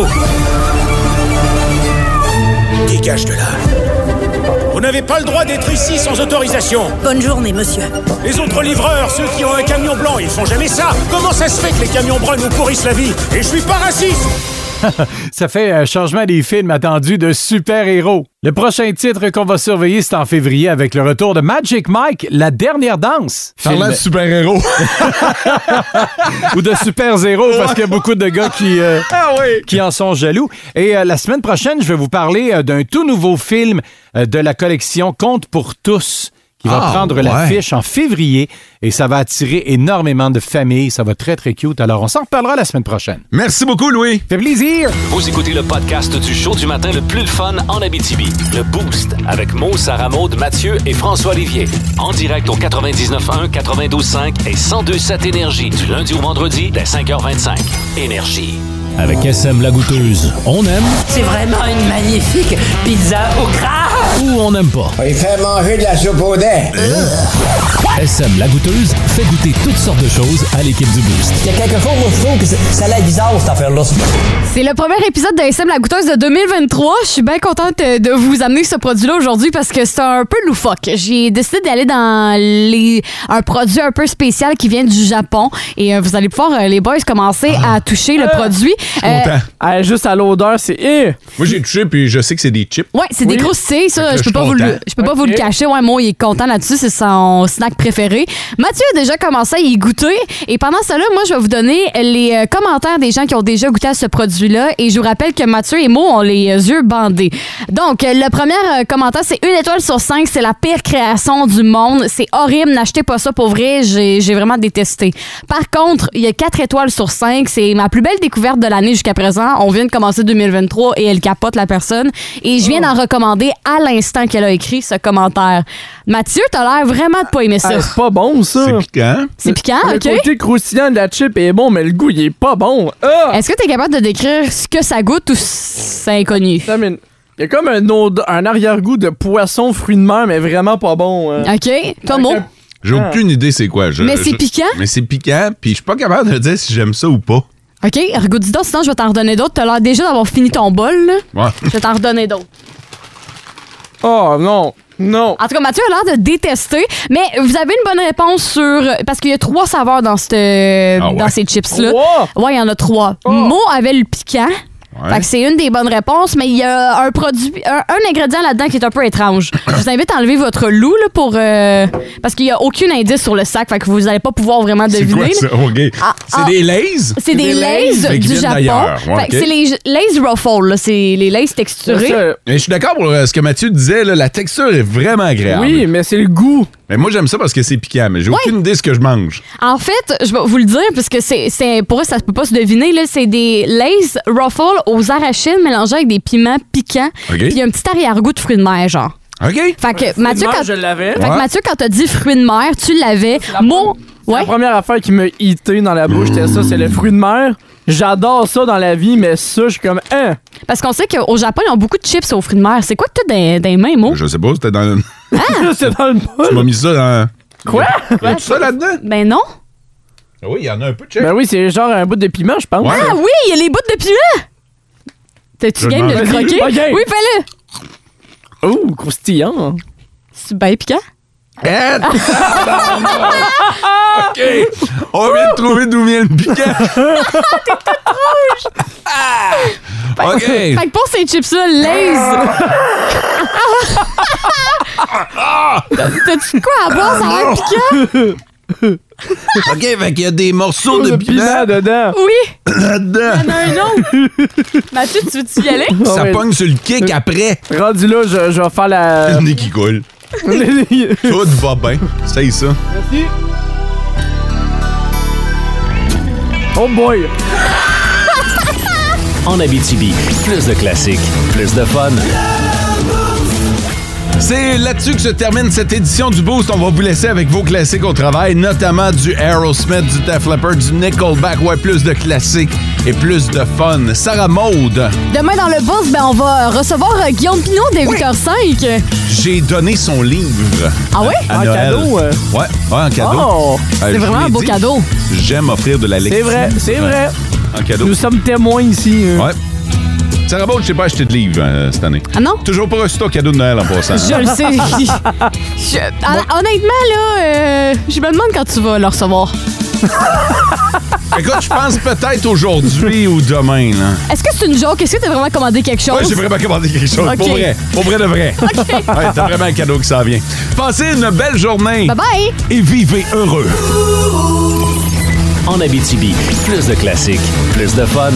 S15: Dégage de là. Vous n'avez pas le droit d'être ici sans autorisation.
S16: Bonne journée, monsieur.
S15: Les autres livreurs, ceux qui ont un camion blanc, ils font jamais ça. Comment ça se fait que les camions bruns nous pourrissent la vie Et je suis pas raciste
S14: Ça, ça fait un changement des films attendus de super-héros. Le prochain titre qu'on va surveiller, c'est en février avec le retour de Magic Mike, La Dernière Danse.
S3: Parlant
S14: Film-
S3: de super-héros.
S14: ou de Super Zéro, parce qu'il y a beaucoup de gars qui, euh,
S3: Ah
S14: qui en sont jaloux. Et euh, la semaine prochaine, je vais vous parler euh, d'un tout nouveau film euh, de la collection Compte pour tous qui va
S3: Ah,
S14: prendre
S3: ouais.
S14: l'affiche en février et ça va attirer énormément de familles. Ça va être très, très cute. Alors, on s'en reparlera la semaine prochaine.
S3: Merci beaucoup, Louis.
S14: Fait plaisir.
S2: Vous écoutez le podcast du show du matin le plus fun en Abitibi. Le Boost avec Mo, Sarah Maud, Mathieu et François Olivier. En direct au 99.1, 92.5 et 102.7 Énergie du lundi au vendredi dès 5h25. Énergie.
S17: Avec SM La Goûteuse, on aime
S11: C'est vraiment une magnifique pizza au gras.
S17: ou on n'aime pas.
S11: Il fait manger de la soupe au dé.
S17: SM La Goûteuse fait goûter toutes sortes de choses à l'équipe du Boost.
S11: Il y a quelque chose où je trouve que c'est- ça a l'air bizarre, cette affaire-là.
S5: C'est le premier épisode de SM La Goûteuse de 2023. Je suis bien contente euh, de vous amener ce produit-là aujourd'hui parce que c'est un peu loufoque. J'ai décidé d'aller dans les... un produit un peu spécial qui vient du Japon et euh, vous allez pouvoir, euh, les boys, commencer à toucher le produit. Euh,
S4: Ah, juste à l'odeur, c'est. eh!
S3: Moi, j'ai touché, puis je sais que c'est des chips.
S5: Ouais, c'est des croustilles, ça.
S3: Fait que là,
S5: Je peux,
S3: je
S5: pas
S3: suis
S5: vous le,
S3: content.
S5: je peux pas vous le cacher. Ouais, moi, il est content là-dessus. C'est son snack préféré. Mathieu a déjà commencé à y goûter. Et pendant cela, moi, je vais vous donner les euh, commentaires des gens qui ont déjà goûté à ce produit-là. Et je vous rappelle que Mathieu et moi ont les euh, yeux bandés. Donc, euh, le premier euh, commentaire, c'est une étoile sur cinq. C'est la pire création du monde. C'est horrible. N'achetez pas ça pour vrai. J'ai j'ai vraiment détesté. Par contre, il y a quatre étoiles sur cinq. C'est ma plus belle découverte de l'année jusqu'à présent. On vient de commencer 2023 et elle capote la personne. Et je viens d'en recommander à l'instant qu'elle a écrit ce commentaire. Mathieu, t'as l'air vraiment de pas aimer ça.
S4: Ah, c'est pas bon, ça. C'est
S3: piquant.
S5: C'est piquant,
S4: le
S5: OK.
S4: Le côté croustillant de la chip est bon, mais le goût, il est pas bon. Ah!
S5: Est-ce que t'es capable de décrire ce que ça goûte ou c'est inconnu?
S4: Il y a comme un, ode- un arrière-goût de poisson, fruits de mer, mais vraiment pas bon. hein.
S5: OK. Toi, Mo?
S3: J'ai
S4: Ah.
S3: aucune idée c'est quoi. Je-
S5: Mais c'est
S3: je-
S5: piquant?
S3: Mais c'est piquant, puis je suis pas capable de dire si j'aime ça ou pas.
S5: OK, regoute dis donc, sinon je vais t'en redonner d'autres. T'as l'air déjà d'avoir fini ton bol, là.
S3: Ouais.
S5: Je vais t'en redonner d'autres.
S4: Oh non, non.
S5: En tout cas, Mathieu a l'air de détester, mais vous avez une bonne réponse sur. Parce qu'il y a trois saveurs dans, cette,
S11: Ah ouais?
S5: dans ces chips-là.
S11: Trois?
S5: Ouais, il y en a trois.
S4: Oh.
S5: Mo avait le piquant.
S11: Ouais.
S5: Fait que c'est une des bonnes réponses, mais il y a un produit, un, un ingrédient là-dedans qui est un peu étrange. Je vous invite à enlever votre loup là, pour euh, parce qu'il y a aucun indice sur le sac, fait que vous n'allez pas pouvoir vraiment
S3: C'est
S5: deviner.
S3: quoi
S5: là.
S3: ça? OK.
S5: Ah,
S3: c'est
S5: ah,
S3: des lays?
S5: C'est des
S3: Fait
S5: lays
S3: qu'ils
S5: du
S3: viennent
S5: Japon.
S3: d'ailleurs. Ouais,
S5: Fait
S3: ok.
S5: que C'est les lays ruffles, là, c'est les lays texturés.
S3: Mais je suis d'accord pour euh, ce que Mathieu disait, là, la texture est vraiment agréable.
S4: Oui, mais c'est le goût.
S3: Mais moi, j'aime ça parce que c'est piquant, mais j'ai
S5: Ouais.
S3: aucune idée ce que je mange.
S5: En fait, je vais vous le dire, parce que c'est, c'est- pour eux, ça ne peut pas se deviner. Là, c'est des Lays Ruffles aux arachides mélangés avec des piments piquants.
S3: OK.
S5: Puis il y a un petit arrière-goût de fruits de mer, genre.
S3: OK.
S5: Fait que,
S4: de
S5: Mathieu,
S4: mer,
S5: quand,
S4: je l'avais.
S5: Fait que
S4: Ouais.
S5: Mathieu, quand t'as dit fruits de mer, tu l'avais. Bon,
S4: La première affaire qui m'a hité dans la bouche, c'était ça, c'est le fruit de mer. J'adore ça dans la vie, mais ça, je suis comme, hein.
S5: parce qu'on sait qu'au Japon, ils ont beaucoup de chips aux fruits de mer. C'est quoi que t'as dans, dans les mains, Mo?
S3: Je sais pas, c'était dans le...
S5: Ah.
S4: c'est dans le
S3: Tu m'as mis ça dans...
S4: Quoi?
S3: Y a tout ça là-dedans?
S5: Ben non.
S3: Ah Oui, il y en a un peu de chips.
S4: Ben oui, c'est genre un bout de piment, je pense.
S5: Ah oui, il y a les bouts de piment! T'as-tu
S4: Je
S5: game de le
S4: demande.
S5: croquer?
S4: Ok.
S5: Oui, fais-le!
S4: Oh, croustillant. Hein?
S5: C'est bien piquant. Ah.
S3: Ah, bah,
S4: Ah!
S3: OK. On vient de trouver d'où vient le piquant. Ah! OK.
S5: Fait que pour ces chips-là,
S3: Ah.
S5: Lays. T'as-tu quoi à boire? Ça a l'air piquant?
S3: OK, fait qu'il y a des morceaux de, piment.
S4: dedans.
S5: Oui!
S3: Là-dedans.
S5: Il y en a un autre! Mathieu, tu veux-tu y aller?
S3: Ça pogne sur le kick après.
S4: Euh, Rendu euh, là, je, je vais faire la.
S3: Le nez qui coule. Tout va bien. Essaye ça.
S4: Merci. Oh boy!
S17: En Abitibi, plus de classiques, plus de fun.
S3: C'est là-dessus que se termine cette édition du Boost. On va vous laisser avec vos classiques au travail, notamment du Aerosmith, du Def Leppard, du Nickelback. Ouais, plus de classiques et plus de fun. Sarah Maude,
S5: Demain, dans le bus, ben, on va recevoir euh, Guillaume Pinot dès 8h05.
S3: j'ai donné son livre.
S5: Ah ouais?
S3: À
S5: En
S3: Noël.
S5: cadeau, euh.
S3: Ouais, ouais, en cadeau.
S4: Oh!
S3: Euh,
S4: C'est
S3: je
S4: vraiment
S3: vous l'ai
S4: un beau
S3: dit,
S4: cadeau.
S3: J'aime offrir de la
S4: C'est
S3: lecture.
S4: vrai, c'est vrai.
S3: En cadeau.
S4: Nous sommes témoins ici. hein.
S3: Ouais. Sarah Maude, je sais pas acheté de livre euh, cette année.
S5: Ah non?
S3: Toujours pas reçu ton cadeau de Noël en passant.
S5: Je le sais. Je- hon- Honnêtement, là, euh, je me demande quand tu vas le recevoir.
S3: Écoute, je pense peut-être aujourd'hui ou demain. Là.
S5: Est-ce que c'est une joke? Est-ce que t'as vraiment commandé quelque chose?
S3: Ouais, j'ai vraiment commandé quelque chose. Pour
S5: Ok.
S3: vrai. Pour vrai de vrai. Ouais, t'as vraiment un cadeau qui s'en vient. Passez une belle journée. Bye
S5: bye.
S3: Et vivez heureux.
S2: En Abitibi, plus de classiques, plus de fun.